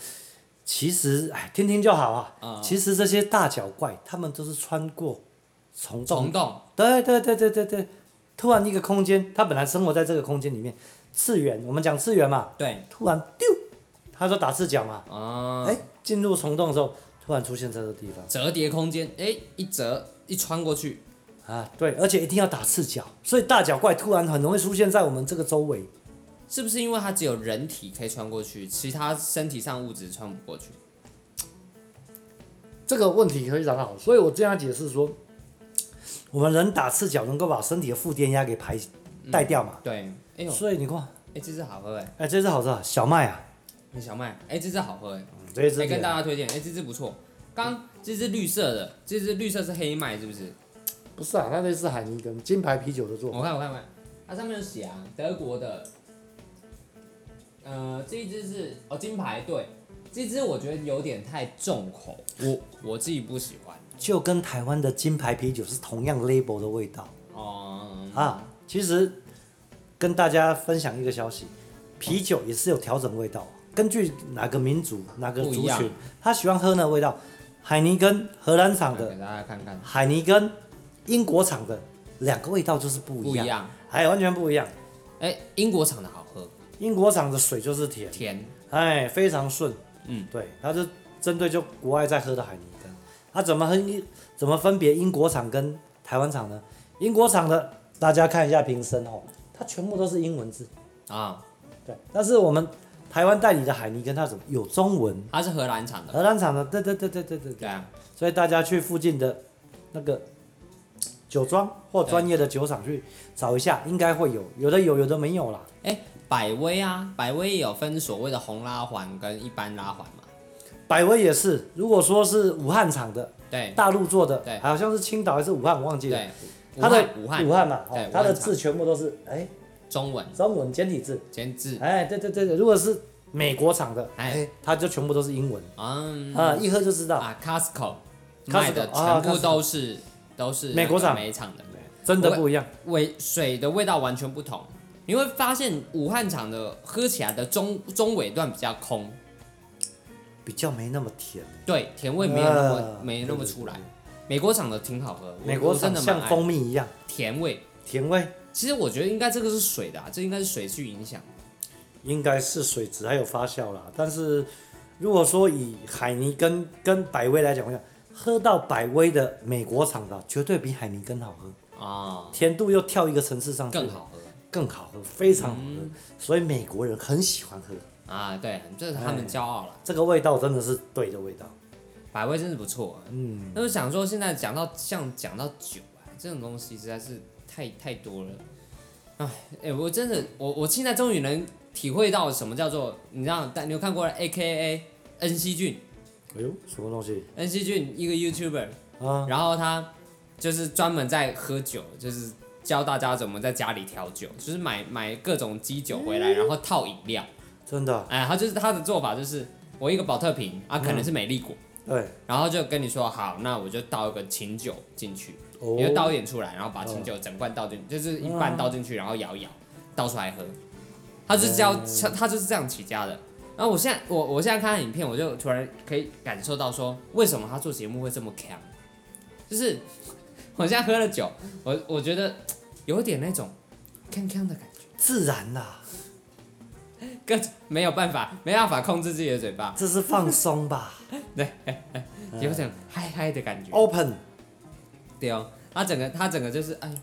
B: 其实哎，听听就好啊。
A: 嗯
B: 其实这些大脚怪他们都是穿过虫洞，
A: 虫洞
B: 对对对对对对，突然一个空间，他本来生活在这个空间里面，次元，我们讲次元嘛，
A: 对，
B: 突然丢，他说打赤脚嘛，
A: 啊，
B: 哎，进入虫洞的时候，突然出现在这个地方
A: 折叠空间，哎、一折一穿过去，
B: 啊，对，而且一定要打赤脚，所以大脚怪突然很容易出现在我们这个周围。
A: 是不是因为它只有人体可以穿过去，其他身体上物质穿不过去？
B: 这个问题非常好，所以我这样解释说，我们人打赤脚能够把身体的负电压给排带掉嘛，
A: 对，哎呦，
B: 所以你看，
A: 哎、这支好喝哎、
B: 哎，这只好吃啊，小麦啊，
A: 很小麦，哎、这支好喝哎、
B: 嗯这一只
A: 哎、跟
B: 也
A: 大家推荐，哎、这支不错。刚这支绿色的，这支绿色是黑麦是不是？
B: 不是啊，它那是海尼根金牌啤酒的做法，
A: 我看我看我看，它上面有写啊，德国的，呃，这一支是哦金牌对，这支我觉得有点太重口，我我自己不喜欢
B: 就跟台湾的金牌啤酒是同样 label 的味道
A: 哦、
B: 啊。其实跟大家分享一个消息，啤酒也是有调整味道，根据哪个民族、哪个
A: 不
B: 族
A: 一样
B: 群，他喜欢喝那味道，海尼根荷兰
A: 嗯
B: 厂的
A: 给大家看看，
B: 海尼根英国厂的两个味道就是不一
A: 不一
B: 样，
A: 样。
B: 哎，完全不一样。
A: 哎、英国厂的好喝，
B: 英国厂的水就是甜，
A: 甜，
B: 哎，非常顺。
A: 嗯，
B: 对，它是针对就国外在喝的海尼根。它怎么分怎么分别英国厂跟台湾厂呢？英国厂的大家看一下瓶身哦，它全部都是英文字。
A: 啊，
B: 对，但是我们台湾代理的海尼根它怎么有中文？
A: 它是荷兰厂的，
B: 荷兰厂的，对对对对对对
A: 对
B: 对。
A: 啊，
B: 所以大家去附近的那个酒庄或专业的酒厂去找一下，应该会有，有的有，有的没有啦。
A: 百威啊，百威也有分所谓的红拉环跟一般拉环嘛，
B: 百威也是，如果说是武汉厂的，
A: 对
B: 大陆做的
A: 对，
B: 好像是青岛还是武汉，我忘记了。
A: 对，
B: 它的
A: 武汉
B: 武汉嘛，
A: 对
B: 哦，它的
A: 武汉厂
B: 字全部都是哎
A: 中文
B: 中文简体字，
A: 简字，
B: 哎，对对对对，如果是美国厂的，
A: 哎
B: 哎，它就全部都是英文
A: 嗯
B: 啊，一喝就知道，
A: 啊，Costco 卖
B: Costco，
A: 的全
B: 啊
A: 部
B: Costco
A: 都是都是
B: 美国
A: 那个
B: 厂
A: 美厂的
B: 真的不一样。
A: 味水的味道完全不同，你会发现武汉厂的喝起来的中中尾段比较空，
B: 比较没那么甜，
A: 对，甜味没有那么、
B: 啊
A: 没那么出来
B: 对对。
A: 美国厂的挺好喝，我
B: 美国
A: 我真
B: 厂
A: 的蛮
B: 像
A: 爱
B: 蜂蜜一样
A: 甜味。
B: 甜味，
A: 其实我觉得应该这个是水的、啊，这应该是水去影响。
B: 应该是水质还有发酵啦。但是如果说以海尼根跟百威来讲，我想喝到百威的美国厂的，绝对比海尼根好喝，
A: 啊，
B: 甜度又跳一个层次上去，
A: 更好喝
B: 更好嗯喝，非常好喝。所以美国人很喜欢喝
A: 啊！对，这是他们骄傲了。
B: 这个味道，真的是对的味道。
A: 百威真是不错、嗯，那我想说，现在讲到像讲到酒啊，这种东西实在是太太多了。哎，哎，我真的，我我现在终于能体会到什么叫做，你知道，但你有看过 A K A 恩熙俊，
B: 哎呦，什么东西
A: 恩熙俊一个 YouTuber，
B: 啊？
A: 然后他就是专门在喝酒，就是教大家怎么在家里调酒，就是买买各种基酒回来，然后套饮料。
B: 真的，
A: 哎，他就是他的做法就是，我一个保特瓶啊，可能是美丽果，
B: 对，
A: 然后就跟你说好，那我就倒一个琴酒进去，你就
B: 哦，
A: 倒一点出来，然后把琴酒整罐倒进，就是一半倒进去，然后摇一摇，倒出来喝。他就是教他他就是这样起家的。然后我现在我我现在看他影片，我就突然可以感受到说，为什么他做节目会这么强，就是 我现在喝了酒，我我觉得有点那种康康的感觉，
B: 自然啊啦、
A: 更没有办法没办法控制自己的嘴巴。
B: 这是放松吧
A: 有种嗨嗨的感觉。
B: ？Open，
A: 对哦，他整个他整个就是哎呦，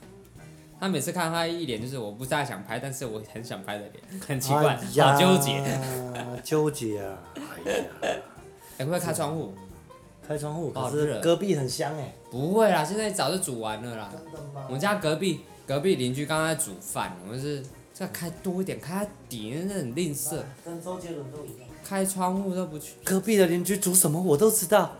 A: 他每次看他一脸就是我不大想拍，但是我很想拍的脸，很奇怪，
B: 哎呀
A: 好纠结。哎、，
B: 纠结啊！哎呀，
A: 会不会开窗户？
B: 开窗户，
A: 哦
B: 可是
A: 热
B: 隔壁很香哎、
A: 不会啦，现在早就煮完了啦。
B: 真的吗
A: 我们家隔壁隔壁邻居刚刚在煮饭，我们是再开多一点，开底，真的很吝啬，
B: 跟周杰伦都一样。
A: 开窗户都不去。
B: 隔壁的邻居煮什么我都知道，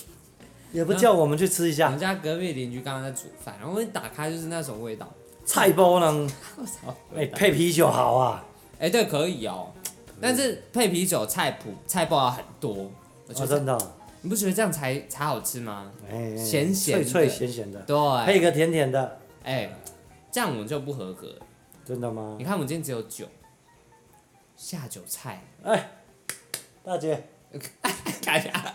B: 也不叫我们去吃一
A: 我
B: 下
A: 们家隔壁邻居刚刚在煮饭，然后一打开就是那种味道。
B: 菜包呢？
A: 我操！
B: 哎、配啤酒好啊，
A: 哎、对，可以哦、但是配啤酒菜谱菜包要很多，我觉
B: 嗯
A: 得
B: 哦、真的，
A: 你不觉得这样才才好吃吗？
B: 哎、哎
A: 咸咸的
B: 脆脆咸咸的，
A: 对，哎、
B: 配个甜甜的，
A: 这样我们就不合格。
B: 真的吗
A: 你？看，我们今天只有酒，下酒菜，
B: 哎大姐，
A: 看一下，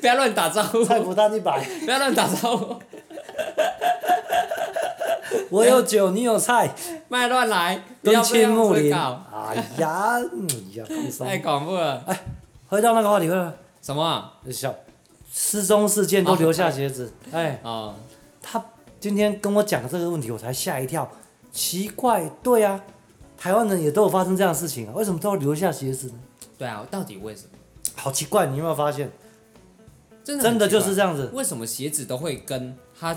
A: 不要乱打招呼，
B: 菜谱单一百，
A: 不要乱打招呼。
B: 我有酒，你有菜，
A: 卖乱来， 不
B: 敦
A: 要这
B: 亲
A: 样
B: 睦
A: 子
B: 邻。
A: 搞，
B: 哎呀，嗯呀，放松。
A: 太恐怖哎了。
B: 回到那个话题，回到
A: 什么啊？
B: 小失踪事件都留下鞋子。哎，
A: 哦，
B: 他今天跟我讲这个问题，我才吓一跳。奇怪，对啊，台湾人也都有发生这样的事情啊，为什么都要留下鞋子呢？
A: 对啊，到底为什么？
B: 好奇怪，你有没有发现？
A: 真的很
B: 真的
A: 奇
B: 就
A: 怪
B: 是这样子。
A: 为什么鞋子都会跟它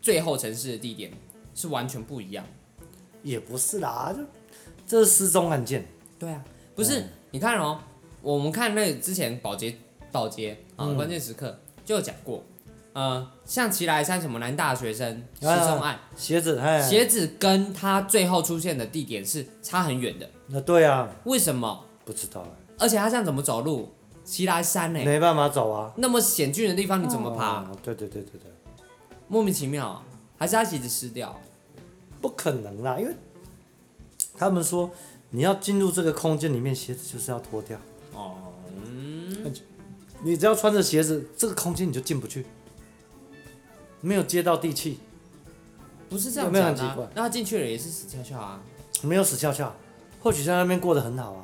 A: 最后城市的地点是完全不一样？
B: 也不是啦，就这是失踪案件。
A: 对啊，不是、你看哦，我们看那个之前保洁保洁啊、
B: 嗯
A: 关键时刻就有讲过，呃，像齐来山什么男大学生失
B: 啊
A: 踪案，
B: 鞋子，哎，
A: 鞋子跟他最后出现的地点是差很远的，
B: 那对啊，
A: 为什么？
B: 不知道啊，
A: 而且他这样怎么走路？齐来山呢、
B: 没办法走啊。
A: 那么险峻的地方你哎怎么爬？
B: 哦对对对对对，
A: 莫名其妙、啊，还是他鞋子湿掉？
B: 不可能啦，因为他们说你要进入这个空间里面，鞋子就是要脱掉。
A: 哦，
B: 你只要穿着鞋子，这个空间你就进不去，没有接到地气，
A: 不是这样
B: 有没有
A: 讲
B: 很
A: 的、啊
B: 奇怪。
A: 那他进去了也是死翘翘啊。
B: 没有死翘翘。或许在那边过得很好啊，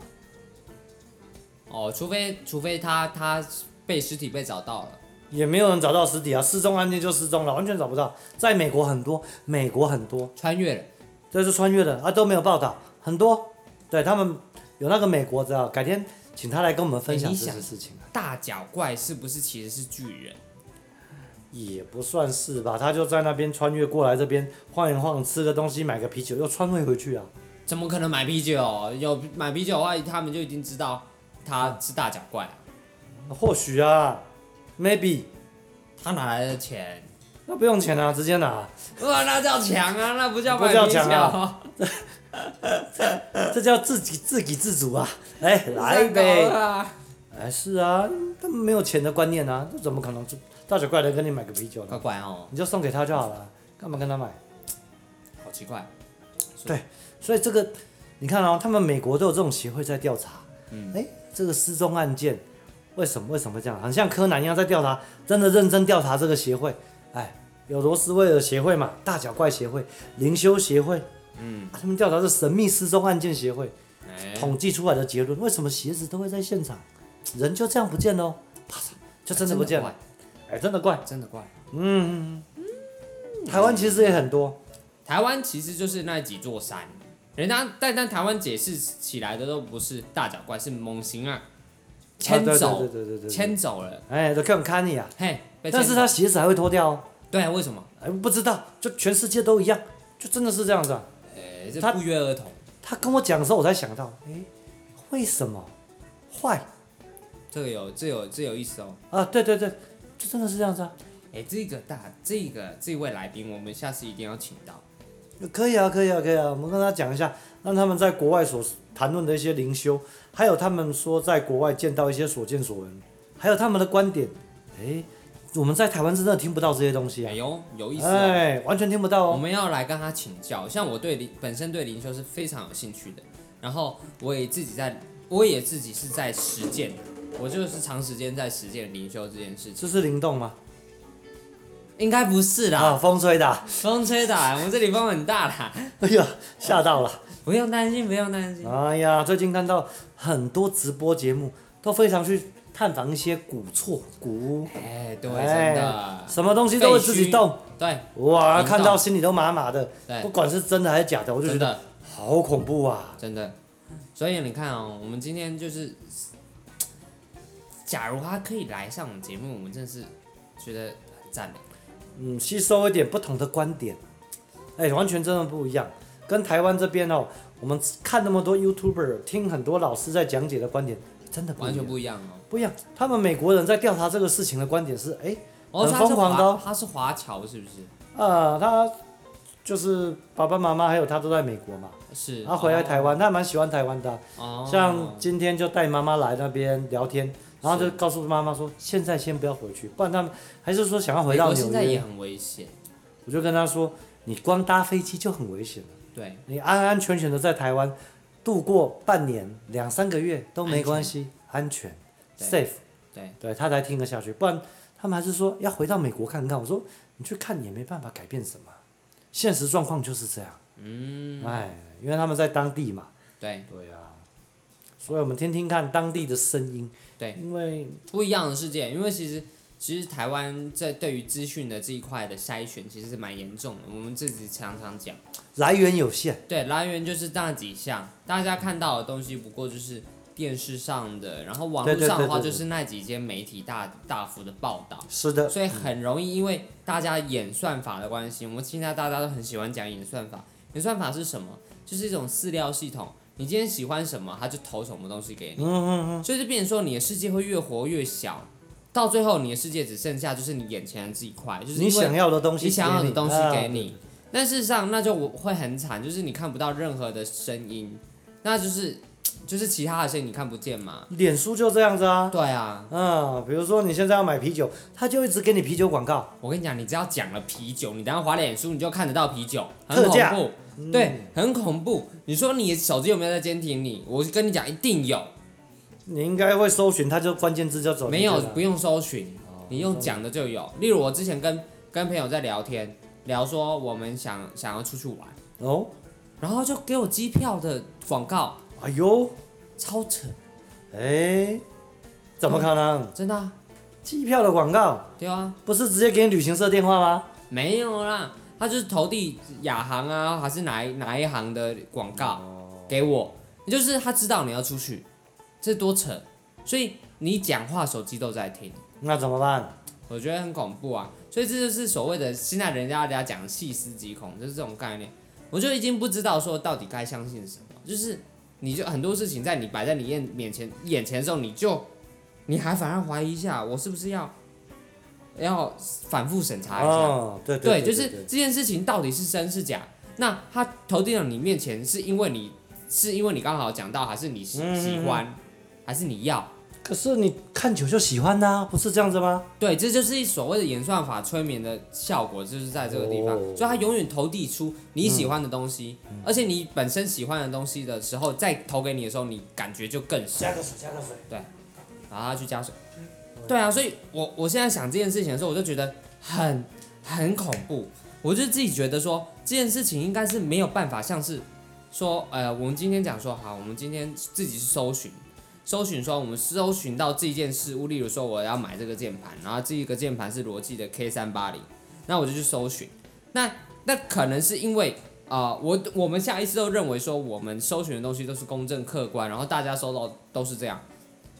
A: 哦，除非除非他他被尸体被找到了。
B: 也没有人找到尸体啊，失踪案件就失踪了，完全找不到。在美国很多，美国很多，
A: 穿越了，
B: 这是穿越的啊，都没有报道，很多。对他们有那个美国的，啊改天请他来跟我们分享
A: 哎你
B: 这
A: 想
B: 些事情啊，
A: 大脚怪是不是其实是巨人？
B: 也不算是吧，他就在那边穿越过来这边晃一晃，吃个东西，买个啤酒，又穿越回去啊。
A: 怎么可能买啤酒？有买啤酒的话，他们就已经知道他是大脚怪了。
B: 或许啊，maybe
A: 他哪来的钱？
B: 那不用钱啊，直接拿，
A: 哇，那叫抢啊，那不叫买
B: 不叫
A: 啤酒。
B: 抢 啊这叫自己自给自足啊。哎、来
A: 呗
B: 呗，！哎是啊，他们没有钱的观念啊，这怎么可能就大小怪来跟你买个啤酒
A: 怪
B: 呢？
A: 怪哦，
B: 你就送给他就好了，干嘛跟他买？
A: 好奇怪。
B: 所以这个，你看哦，他们美国都有这种协会在调查，嗯，哎，这个失踪案件，为什么为什么会这样？很像柯南一样在调查，真的认真调查这个协会，哎，有罗斯威尔协会嘛，大脚怪协会，灵修协会，嗯、他们调查是神秘失踪案件协会，
A: 哎、
B: 统计出来的结论，为什么鞋子都会在现场，人就这样不见喽、啪嚓，就哎真的不见了，哎，真的怪，
A: 怪，真的怪。
B: 台湾其实也很多，
A: 台湾其实就是那几座山，人家但但台湾解释起来的都不是大脚怪，是猛禽啊，
B: 啊
A: 牵
B: 对
A: 走
B: 对，对对对对，
A: 牵走了，
B: 哎，都看看你啊，
A: 嘿，被
B: 但
A: 牵
B: 是
A: 走
B: 他鞋子还会脱掉哦。
A: 对，啊为什么？
B: 哎，不知道，就全世界都一样，就真的是这样子啊。
A: 哎，这
B: 他
A: 不约而同，
B: 他跟我讲的时候，我才想到，哎，为什么坏
A: 这个有这有这有意思哦。
B: 啊？对对对，就真的是这样子啊。
A: 哎，这个大这个这位来宾，我们下次一定要请到。
B: 可以啊，可以啊，可以啊。我们跟他讲一下，让他们在国外所谈论的一些灵修，还有他们说在国外见到一些所见所闻，还有他们的观点。哎，我们在台湾真的听不到这些东西啊
A: 哎，呦，有意思哦。
B: 哎，完全听不到
A: 我
B: 哦。
A: 们要来跟他请教，像我对灵本身对灵修是非常有兴趣的，然后我也自己在，我也自己是在实践，我就是长时间在实践灵修这件事情。
B: 这是灵动吗？
A: 应该不是啦，
B: 啊，风吹的啊、
A: 风吹的，我们这里风很大 啦，
B: 哎呀，吓到了。
A: 不用担心，不用担心。
B: 哎呀，最近看到很多直播节目都非常去探访一些古厝、古屋，
A: 哎，对，
B: 哎
A: 真的，
B: 什么东西都会自己动，
A: 对，
B: 哇，
A: 灵动
B: 看到心里都麻麻的
A: 对。
B: 不管是真的还是假的，我就觉
A: 哎真
B: 得
A: 的，
B: 好恐怖啊！
A: 真的。所以你看哦，我们今天就是，假如他可以来上我们节目，我们真的是觉得很赞美。
B: 嗯，吸收一点不同的观点，哎，完全真的不一样。跟台湾这边哦，我们看那么多 YouTuber，听很多老师在讲解的观点，真的不
A: 完
B: 一
A: 全
B: 样，
A: 不一样哦。
B: 不一样。他们美国人在调查这个事情的观点是，哎，
A: 哦，
B: 很
A: 他是
B: 疯狂的
A: 华
B: 哦，
A: 他是华侨是不是？
B: 呃，他就是爸爸妈妈还有他都在美国嘛，
A: 是。
B: 他回来台湾，他还蛮喜欢台湾的啊、
A: 哦，
B: 像今天就带妈妈来那边聊天，然后
A: 是
B: 就告诉妈妈说，现在先不要回去，不然他们还是说想要回
A: 美
B: 到
A: 国
B: 纽
A: 现在也
B: 约。
A: 很危险，
B: 我就跟他说，你光搭飞机就很危险了，
A: 对，
B: 你安安全全的在台湾度过半年、两三个月都没关系，安全
A: 对
B: safe，
A: 对，
B: 对他才听得下去，不然他们还是说要回到美国看看。我说你去看也没办法改变什么，现实状况就是这样。嗯，哎，因为他们在当地嘛。
A: 对，
B: 对啊，所以我们听听看当地的声音。
A: 对
B: 因为
A: 不一样的世界，因为其实其实台湾在对于资讯的这一块的筛选其实是蛮严重的，我们自己常常讲。
B: 来源有限，
A: 对，来源就是那几项，大家看到的东西不过就是电视上的，然后网络
B: 对对
A: 上的话
B: 对对
A: 就
B: 对
A: 是那几间媒体大大幅的报道，
B: 是的，
A: 所以很容易因为大家演算法的关系，我们现在大家都很喜欢讲演算法。演算法是什么？就是一种饲料系统，你今天喜欢什么，它就投什么东西
B: 嗯
A: 给你，所以就变成说你的世界会越活越小，到最后你的世界只剩下就是你眼前的这一块，就是
B: 你
A: 因为
B: 想要的东西，
A: 你想要的东西给
B: 啊
A: 你。但事实上，那就我会很惨，就是你看不到任何的声音，那就是就是其他的声音你看不见嘛。
B: 脸书就这样子啊，
A: 对啊，
B: 嗯，比如说你现在要买啤酒，他就一直给你啤酒广告，
A: 我跟你讲，你只要讲了啤酒，你等一下滑脸书你就看得到啤酒，很
B: 特
A: 恐
B: 价嗯
A: 怖，对，很恐怖。你说你手机有没有在监听你？我跟你讲，一定有，
B: 你应该会搜寻，他就关键字就哦走进
A: 没
B: 去了。
A: 有不用搜寻，你用讲的就有。例如我之前跟跟朋友在聊天，聊说我们想想要出去玩，
B: 哦，
A: 然后就给我机票的广告，
B: 哎呦，
A: 超扯，
B: 哎，怎么可能？
A: 真的啊、
B: 机票的广告
A: 对啊，
B: 不是直接给你旅行社电话吗？
A: 没有啦，他就是投递亚航啊，还是哪一哪一行的广告给我，就是他知道你要出去，这多扯，所以你讲话手机都在听，
B: 那怎么办？
A: 我觉得很恐怖啊，所以这就是所谓的现在人家人家讲的细思极恐，就是这种概念，我就已经不知道说到底该相信什么，就是你就很多事情在你摆在你眼面前眼前的时候，你就你还反而怀疑一下，我是不是要要反复审查一下？
B: 哦，对
A: 对，
B: 对，
A: 就是这件事情到底是真是假？那他投递到你面前，是因为你是因为你刚好讲到，还是
B: 嗯
A: 你喜喜欢，还是你要？
B: 可是你看久就喜欢呐、不是这样子吗？
A: 对，这就是所谓的演算法催眠的效果，就是在这个地方，
B: 哦嗯
A: 所以它永远投递出你喜欢的东西，而且你本身喜欢的东西的时候，再投给你的时候，你感觉就更深。
B: 个水，加个水。
A: 然后他去加水。对啊，所以我我现在想这件事情的时候，我就觉得很很恐怖。我就自己觉得说这件事情应该是没有办法，像是说呃，我们今天讲说好，我们今天自己去搜寻，搜寻说我们搜寻到这件事物，例如说我要买这个键盘，然后这一个键盘是罗技的 K 三八零，那我就去搜寻。那那可能是因为啊、呃我我们下意识都认为说我们搜寻的东西都是公正客观，然后大家搜到都是这样。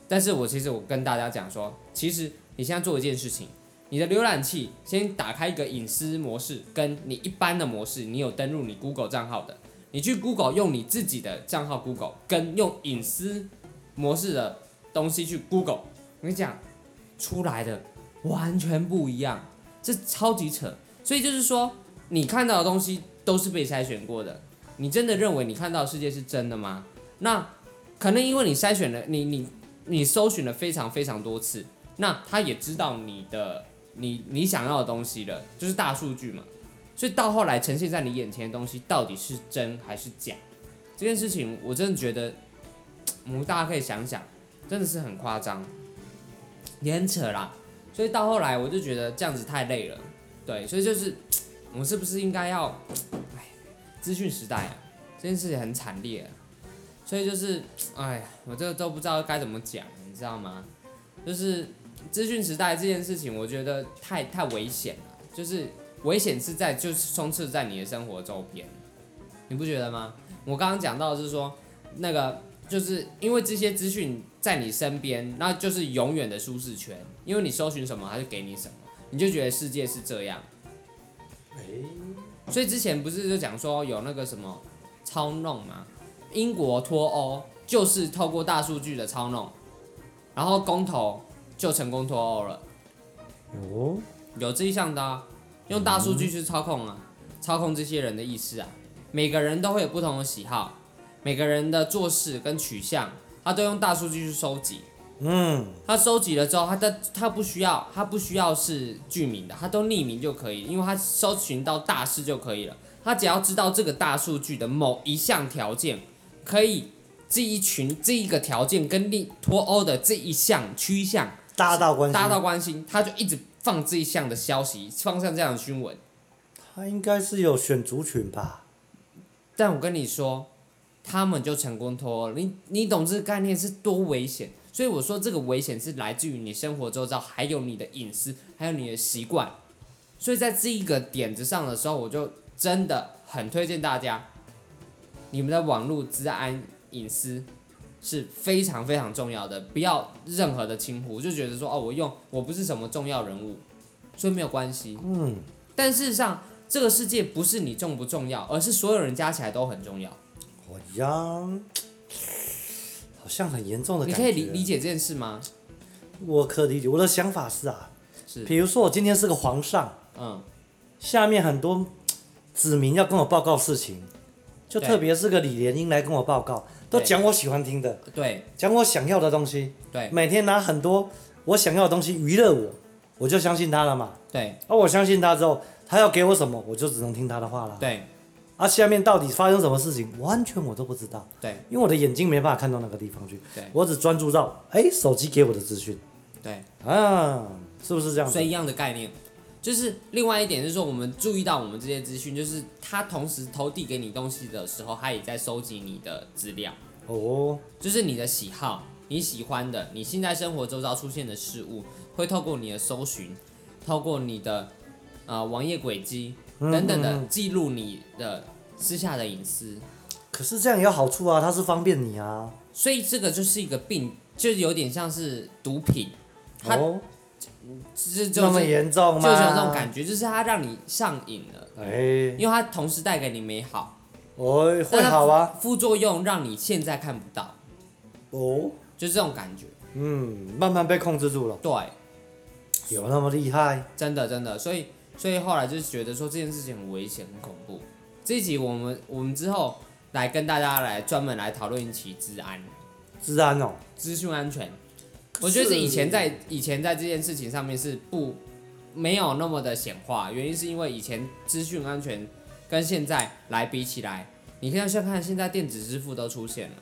A: 但是我其实我跟大家讲说，其实你现在做一件事情，你的浏览器先打开一个隐私模式，跟你一般的模式，你有登录你 Google 账号的，你去 Google 用你自己的账号 Google，跟用隐私模式的东西去 Google，我跟你讲，出来的完全不一样，这超级扯。所以就是说，你看到的东西都是被筛选过的，你真的认为你看到的世界是真的吗？那可能因为你筛选了，你你你搜寻了非常非常多次，那他也知道你的你你想要的东西了，就是大数据嘛。所以到后来呈现在你眼前的东西到底是真还是假，这件事情我真的觉得，我们大家可以想想，真的是很夸张，也很扯啦。所以到后来我就觉得这样子太累了，对，所以就是嗯我们是不是应该要，哎，资讯时代啊，这件事情很惨烈、啊，所以就是哎呀，我这都不知道该怎么讲，你知道吗？就是资讯时代这件事情，我觉得太太危险了。就是危险是在就是充斥在你的生活周边，你不觉得吗？我刚刚讲到的是说，那个就是因为这些资讯在你身边，那就是永远的舒适圈，因为你搜寻什么，它就给你什么，你就觉得世界是这样。所以之前不是就讲说有那个什么操弄嘛，英国脱欧就是透过大数据的操弄，然后公投就成功脱欧了，
B: 哦，
A: 有这一项的、啊，用大数据去操控啊，操控这些人的意识啊，每个人都会有不同的喜好，每个人的做事跟取向，他都用大数据去收集。
B: 嗯，
A: 他收集了之后，他的他不需要，他不需要是具名的，他都匿名就可以，因为他搜寻到大事就可以了。他只要知道这个大数据的某一项条件，可以这一群这一个条件跟另脱欧的这一项趋向
B: 搭到关系，
A: 搭到关系，他就一直放这一项的消息，放上这样的新闻，
B: 他应该是有选族群吧？
A: 但我跟你说，他们就成功脱欧了。你你懂这个概念是多危险？所以我说这个危险是来自于你生活周遭，还有你的隐私，还有你的习惯。所以在这一个点子上的时候，我就真的很推荐大家，你们的网络治安隐私是非常非常重要的，不要任何的轻忽，就觉得说哦，我用我不是什么重要人物，所以没有关系。
B: 嗯，
A: 但事实上，这个世界不是你重不重要，而是所有人加起来都很重要。
B: 好像好像很严重的
A: 你
B: 感觉。
A: 可以理理解这件事吗？
B: 我可理解。我的想法是啊，
A: 是，
B: 比如说我今天是个皇上，
A: 嗯，
B: 下面很多子民要跟我报告事情，就
A: 对
B: 特别是个李莲英来跟我报告，都
A: 对
B: 讲我喜欢听的，
A: 对
B: 讲我想要的东西，
A: 对
B: 每天拿很多我想要的东西娱乐我，我就相信他了嘛。
A: 对
B: 而我相信他之后，他要给我什么，我就只能听他的话了。
A: 对
B: 啊，下面到底发生什么事情，完全我都不知道，
A: 对
B: 因为我的眼睛没办法看到那个地方去
A: 对，
B: 我只专注到哎手机给我的资讯
A: 对，
B: 啊，是不是这样子
A: 所以？一样的概念。就是另外一点就是说，我们注意到我们这些资讯，就是他同时投递给你东西的时候，他也在收集你的资料，
B: 哦，
A: 就是你的喜好、你喜欢的、你现在生活周遭出现的事物，会透过你的搜寻，透过你的呃网页轨迹等等的记录你的私下的隐私。
B: 可是这样也有好处啊，它是方便你啊。
A: 所以这个就是一个病，就有点像是毒品，它
B: 哦，
A: 就是就
B: 那么
A: 是
B: 严重
A: 就
B: 吗？
A: 是有这种感觉，就是它让你上瘾了，
B: 哎，
A: 因为它同时带给你美好，
B: 哦，会
A: 但它
B: 好啊。
A: 副作用让你现在看不到，
B: 哦，
A: 就是这种感觉。
B: 嗯，慢慢被控制住了，
A: 对，
B: 有那么厉害？
A: 真的真的，所以所以后来就是觉得说这件事情很危险、很恐怖。这一集我们我们之后来跟大家来专门来讨论一起治安、
B: 治安哦，
A: 资讯安全。
B: 可
A: 我觉得是
B: 是
A: 以前在以前在这件事情上面是不没有那么的显化，原因是因为以前资讯安全跟现在来比起来，你看像看现在电子支付都出现了，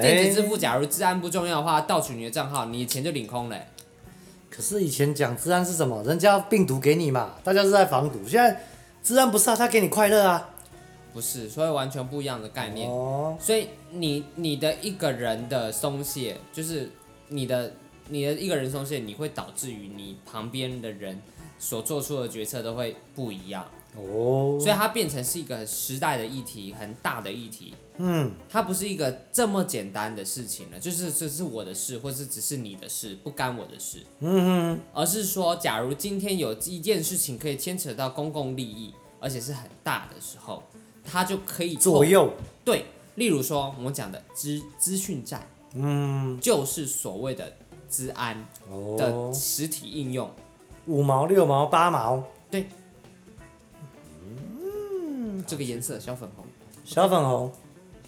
A: 电
B: 哎
A: 子，支付假如治安不重要的话，盗取你的账号，你钱就领空了、
B: 哎可是以前讲治安是什么？人家病毒给你嘛，大家是在防毒。现在治安不是啊，他给你快乐啊。
A: 不是，所以完全不一样的概念。
B: 哦，
A: 所以你你的一个人的松懈，就是你的你的一个人松懈，你会导致于你旁边的人所做出的决策都会不一样。
B: 哦，
A: 所以它变成是一个时代的议题，很大的议题。
B: 嗯，
A: 它不是一个这么简单的事情了，就是这是我的事，或是只是你的事，不干我的事。嗯哼，而是说，假如今天有一件事情可以牵扯到公共利益，而且是很大的时候，它就可以透
B: 左右，
A: 对。例如说，我们讲的资资讯站，嗯，就是所谓的资安的
B: 哦，
A: 实体应用。
B: 五毛、六毛、八毛，
A: 这个颜色小粉红。
B: 小粉红，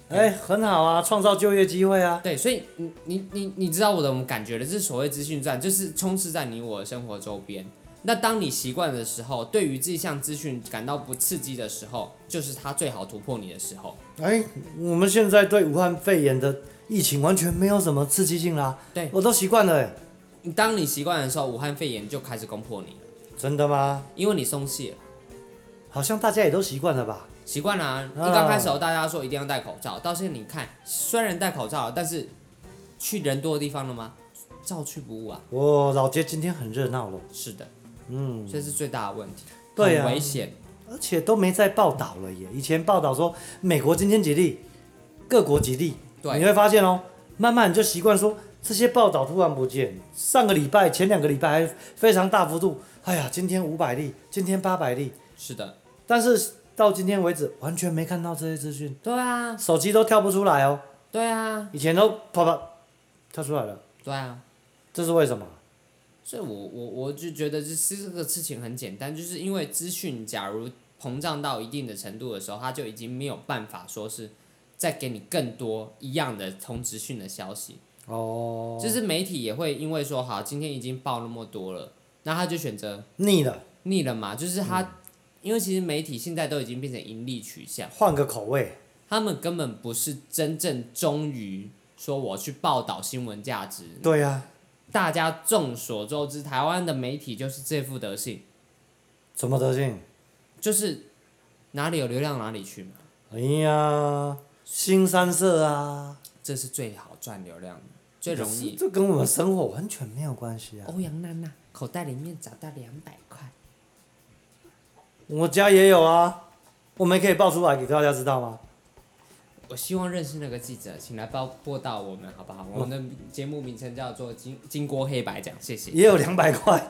B: 哎，很好啊，创造就业机会啊。
A: 对，所以你你你你知道我的我们感觉的，这所谓资讯站，就是充斥在你我的生活周边。那当你习惯的时候，对于这项资讯感到不刺激的时候，就是它最好突破你的时候。
B: 哎，我们现在对武汉肺炎的疫情完全没有什么刺激性啦。
A: 对
B: 我都习惯了。哎
A: 当你习惯的时候，武汉肺炎就开始攻破你了，
B: 真的吗？
A: 因为你松懈了，
B: 好像大家也都习惯了吧？
A: 习惯了、啊。
B: 啊
A: 一刚开始哦大家说一定要戴口罩，到现在你看，虽然戴口罩了，但是去人多的地方了吗？照去不误啊。
B: 哦，老街今天很热闹了，
A: 是的，嗯，这是最大的问题，
B: 对
A: 很
B: 啊
A: 危险。
B: 而且都没在报道了耶。以前报道说美国今天几例，各国几例，
A: 对
B: 你会发现哦，慢慢你就习惯说这些报道突然不见。上个礼拜、前两个礼拜还非常大幅度，哎呀，今天五百例，今天八百例，
A: 是的，
B: 但是到今天为止完全没看到这些资讯，
A: 对啊，
B: 手机都跳不出来哦。
A: 对啊，
B: 以前都啪啪跳出来了，
A: 对啊。
B: 这是为什么？
A: 所以我我我就觉得这是这个事情很简单，就是因为资讯假如膨胀到一定的程度的时候，它就已经没有办法说是再给你更多一样的同资讯的消息，
B: 哦，
A: 就是媒体也会因为说好今天已经报那么多了，那他就选择
B: 腻了，
A: 腻了嘛，就是他、因为其实媒体现在都已经变成盈利取向，
B: 换个口味。
A: 他们根本不是真正忠于说我去报道新闻价值，
B: 对呀、
A: 大家众所周知，台湾的媒体就是这副德性。
B: 什么德性？
A: 就是哪里有流量哪里去嘛，
B: 哎呀，新三色啊，
A: 这是最好赚流量的，最容易。
B: 这跟我们生活完全没有关系啊。
A: 欧阳娜娜口袋里面找到两百块，
B: 我家也有啊，我们也可以报出来给大家知道吗？
A: 我希望认识那个记者，请来报报道我们好不好？我们的节目名称叫做金《金锅黑白奖》，谢谢。
B: 也有两百块。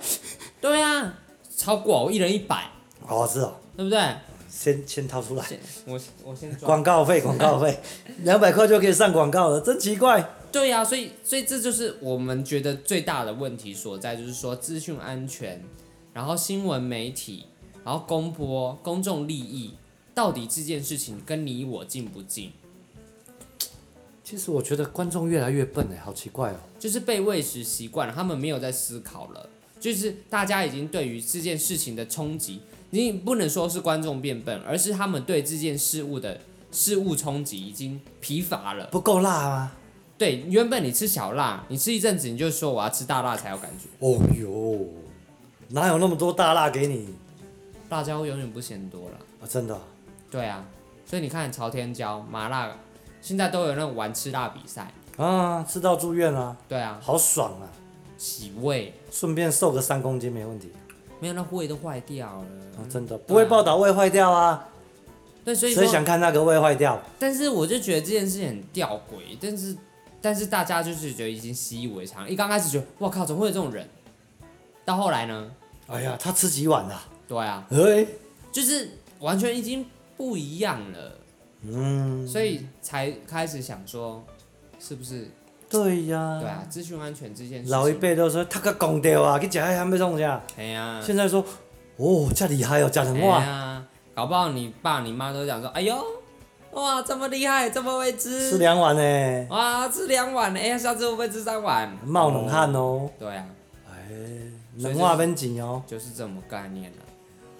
A: 对啊，超过我一人一百，
B: 哦，是哦，
A: 对不对？
B: 先先掏出来，
A: 先我我先抓。
B: 广告费，广告费，两百块就可以上广告了，真奇怪。
A: 对呀、所以所以这就是我们觉得最大的问题所在，就是说资讯安全，然后新闻媒体，然后公播公众利益，到底这件事情跟你我近不近？
B: 其实我觉得观众越来越笨哎，好奇怪哦。
A: 就是被喂食习惯了，他们没有在思考了，就是大家已经对于这件事情的冲击，你不能说是观众变笨，而是他们对这件事物的事物冲击已经疲乏了。
B: 不够辣吗？
A: 对，原本你吃小辣，你吃一阵子你就说我要吃大辣才有感觉，
B: 哦哟，哪有那么多大辣给你
A: 辣椒永远不嫌多了。
B: 啊？真的啊，
A: 对啊，所以你看朝天椒、麻辣，现在都有那种玩吃辣比赛。
B: 啊吃到住院啊，
A: 对啊，
B: 好爽啊！
A: 洗胃，
B: 顺便瘦个三公斤没问题
A: 没有那胃都坏掉了。
B: 啊，真的不会报道胃坏掉啊，
A: 对，所以说
B: 谁想看那个胃坏掉？
A: 但是我就觉得这件事情很吊诡，但是但是大家就是觉得已经习以为常。一刚开始觉得哇靠，怎么会有这种人？到后来呢？
B: 哎呀，他吃几碗啊？
A: 对啊，
B: 哎，
A: 就是完全已经不一样了，
B: 嗯，
A: 所以才开始想说，是不是？
B: 对呀、
A: 对啊，资讯安全这件事情，
B: 老一，辈都说他个讲掉啊，去吃海鲜要创啥？
A: 哎呀，
B: 现在说，哦，这厉害哦，讲成
A: 哎
B: 哇，
A: 呀，搞不好你爸你妈都讲说，哎呦，哇，这么厉害，这么会
B: 吃
A: 吃，
B: 两碗呢，
A: 哇，吃两碗，哎呀，下次会不会吃三碗？
B: 冒冷汗哦，
A: 对啊，
B: 哎，
A: 所以
B: 能话本紧哦，
A: 就是这么概念了。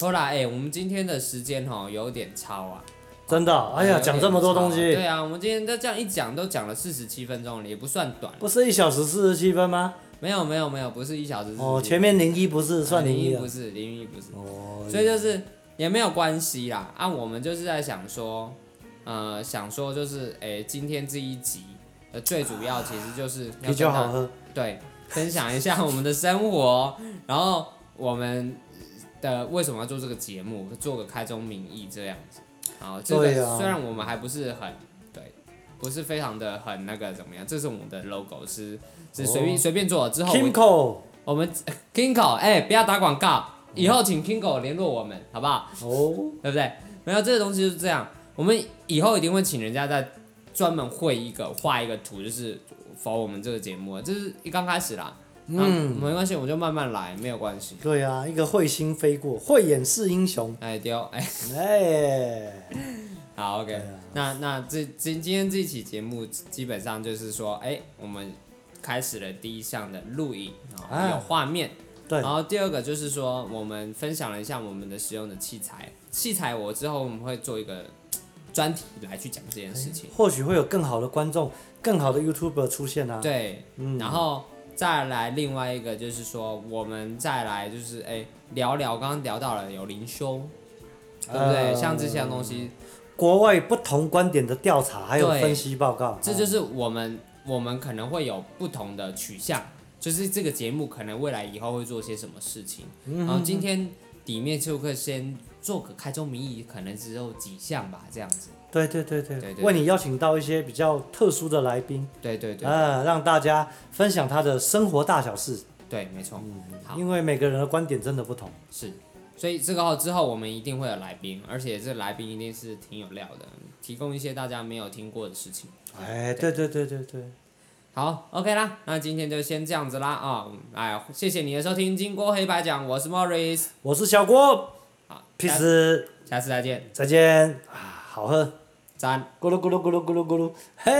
A: 后来，哎、我们今天的时间哈有点超啊。
B: 真的，哎
A: 有
B: 呀，
A: 点
B: 讲这么多
A: 超啊
B: 东西，
A: 对啊，我们今天就这样一讲，都讲了四十七分钟了，也不算短。
B: 不是一小时四十七分吗？
A: 没有没有没有，不是一小时47分。
B: 哦，前面零一不是算
A: 零
B: 零一
A: 不
B: 了，
A: 是零一不是，
B: 哦，
A: 所以就是也没有关系啦。啊，我们就是在想说，呃，想说就是，哎、今天这一集呃最主要其实就是要
B: 啤酒
A: 跟大
B: 好喝，
A: 对，分享一下我们的生活， 然后我们的为什么要做这个节目，做个开宗明义这样子。好，这
B: 对
A: 个、
B: 啊
A: 虽然我们还不是很对，不是非常的很那个怎么样，这是我们的 logo 是是随便、
B: 哦
A: 随便做了之后我
B: k i m
A: 们
B: c o
A: 我们 Kingo 哎、不要打广告，以后请 Kingo 联络我们好不好？
B: 哦，
A: 对不对？没有这个东西就是这样，我们以后一定会请人家再专门绘一个画一个图，就是否我们这个节目，这是一刚开始啦。嗯，没关系，我们就慢慢来，没有关系。
B: 对啊，一个彗星飞过，慧眼识英雄，
A: 哎丢哎，
B: 哎，
A: 好 OK，、那那这今今天这期节目基本上就是说，哎，我们开始了第一项的录影，然后
B: 啊
A: 有画面，
B: 对
A: 然，后第二个就是说，我们分享了一下我们的使用的器材，器材我之后我们会做一个专题来去讲这件事情。
B: 或许会有更好的观众，更好的 YouTuber 出现啊，
A: 对，
B: 嗯
A: 然后再来另外一个就是说，我们再来就是哎聊聊，刚刚聊到了有灵修，对不对？
B: 呃
A: 像这些东西，
B: 国外不同观点的调查还有
A: 对
B: 分析报告，
A: 这就是我们我们可能会有不同的取向，就是这个节目可能未来以后会做些什么事情。然后今天里面就会先做个开宗明义，可能只有几项吧，这样子。
B: 对对对对，
A: 对对
B: 为你邀请到一些比较特殊的来宾，
A: 对对对
B: 啊，让大家分享他的生活大小事，
A: 对，没错。好。
B: 因为每个人的观点真的不同。
A: 是，所以这个号之后我们一定会有来宾，而且这来宾一定是挺有料的，提供一些大家没有听过的事情。
B: 哎，对对对对对，
A: 好，OK 啦，那今天就先这样子啦啊、哎，谢谢你的收听，经过黑白讲，我是 Morris，
B: 我是小郭，
A: 好，
B: 皮
A: 下
B: 斯，
A: 下次再见，
B: 再见啊，好喝，
A: 赞。
B: 咕噜咕噜咕噜咕噜咕噜，嘿。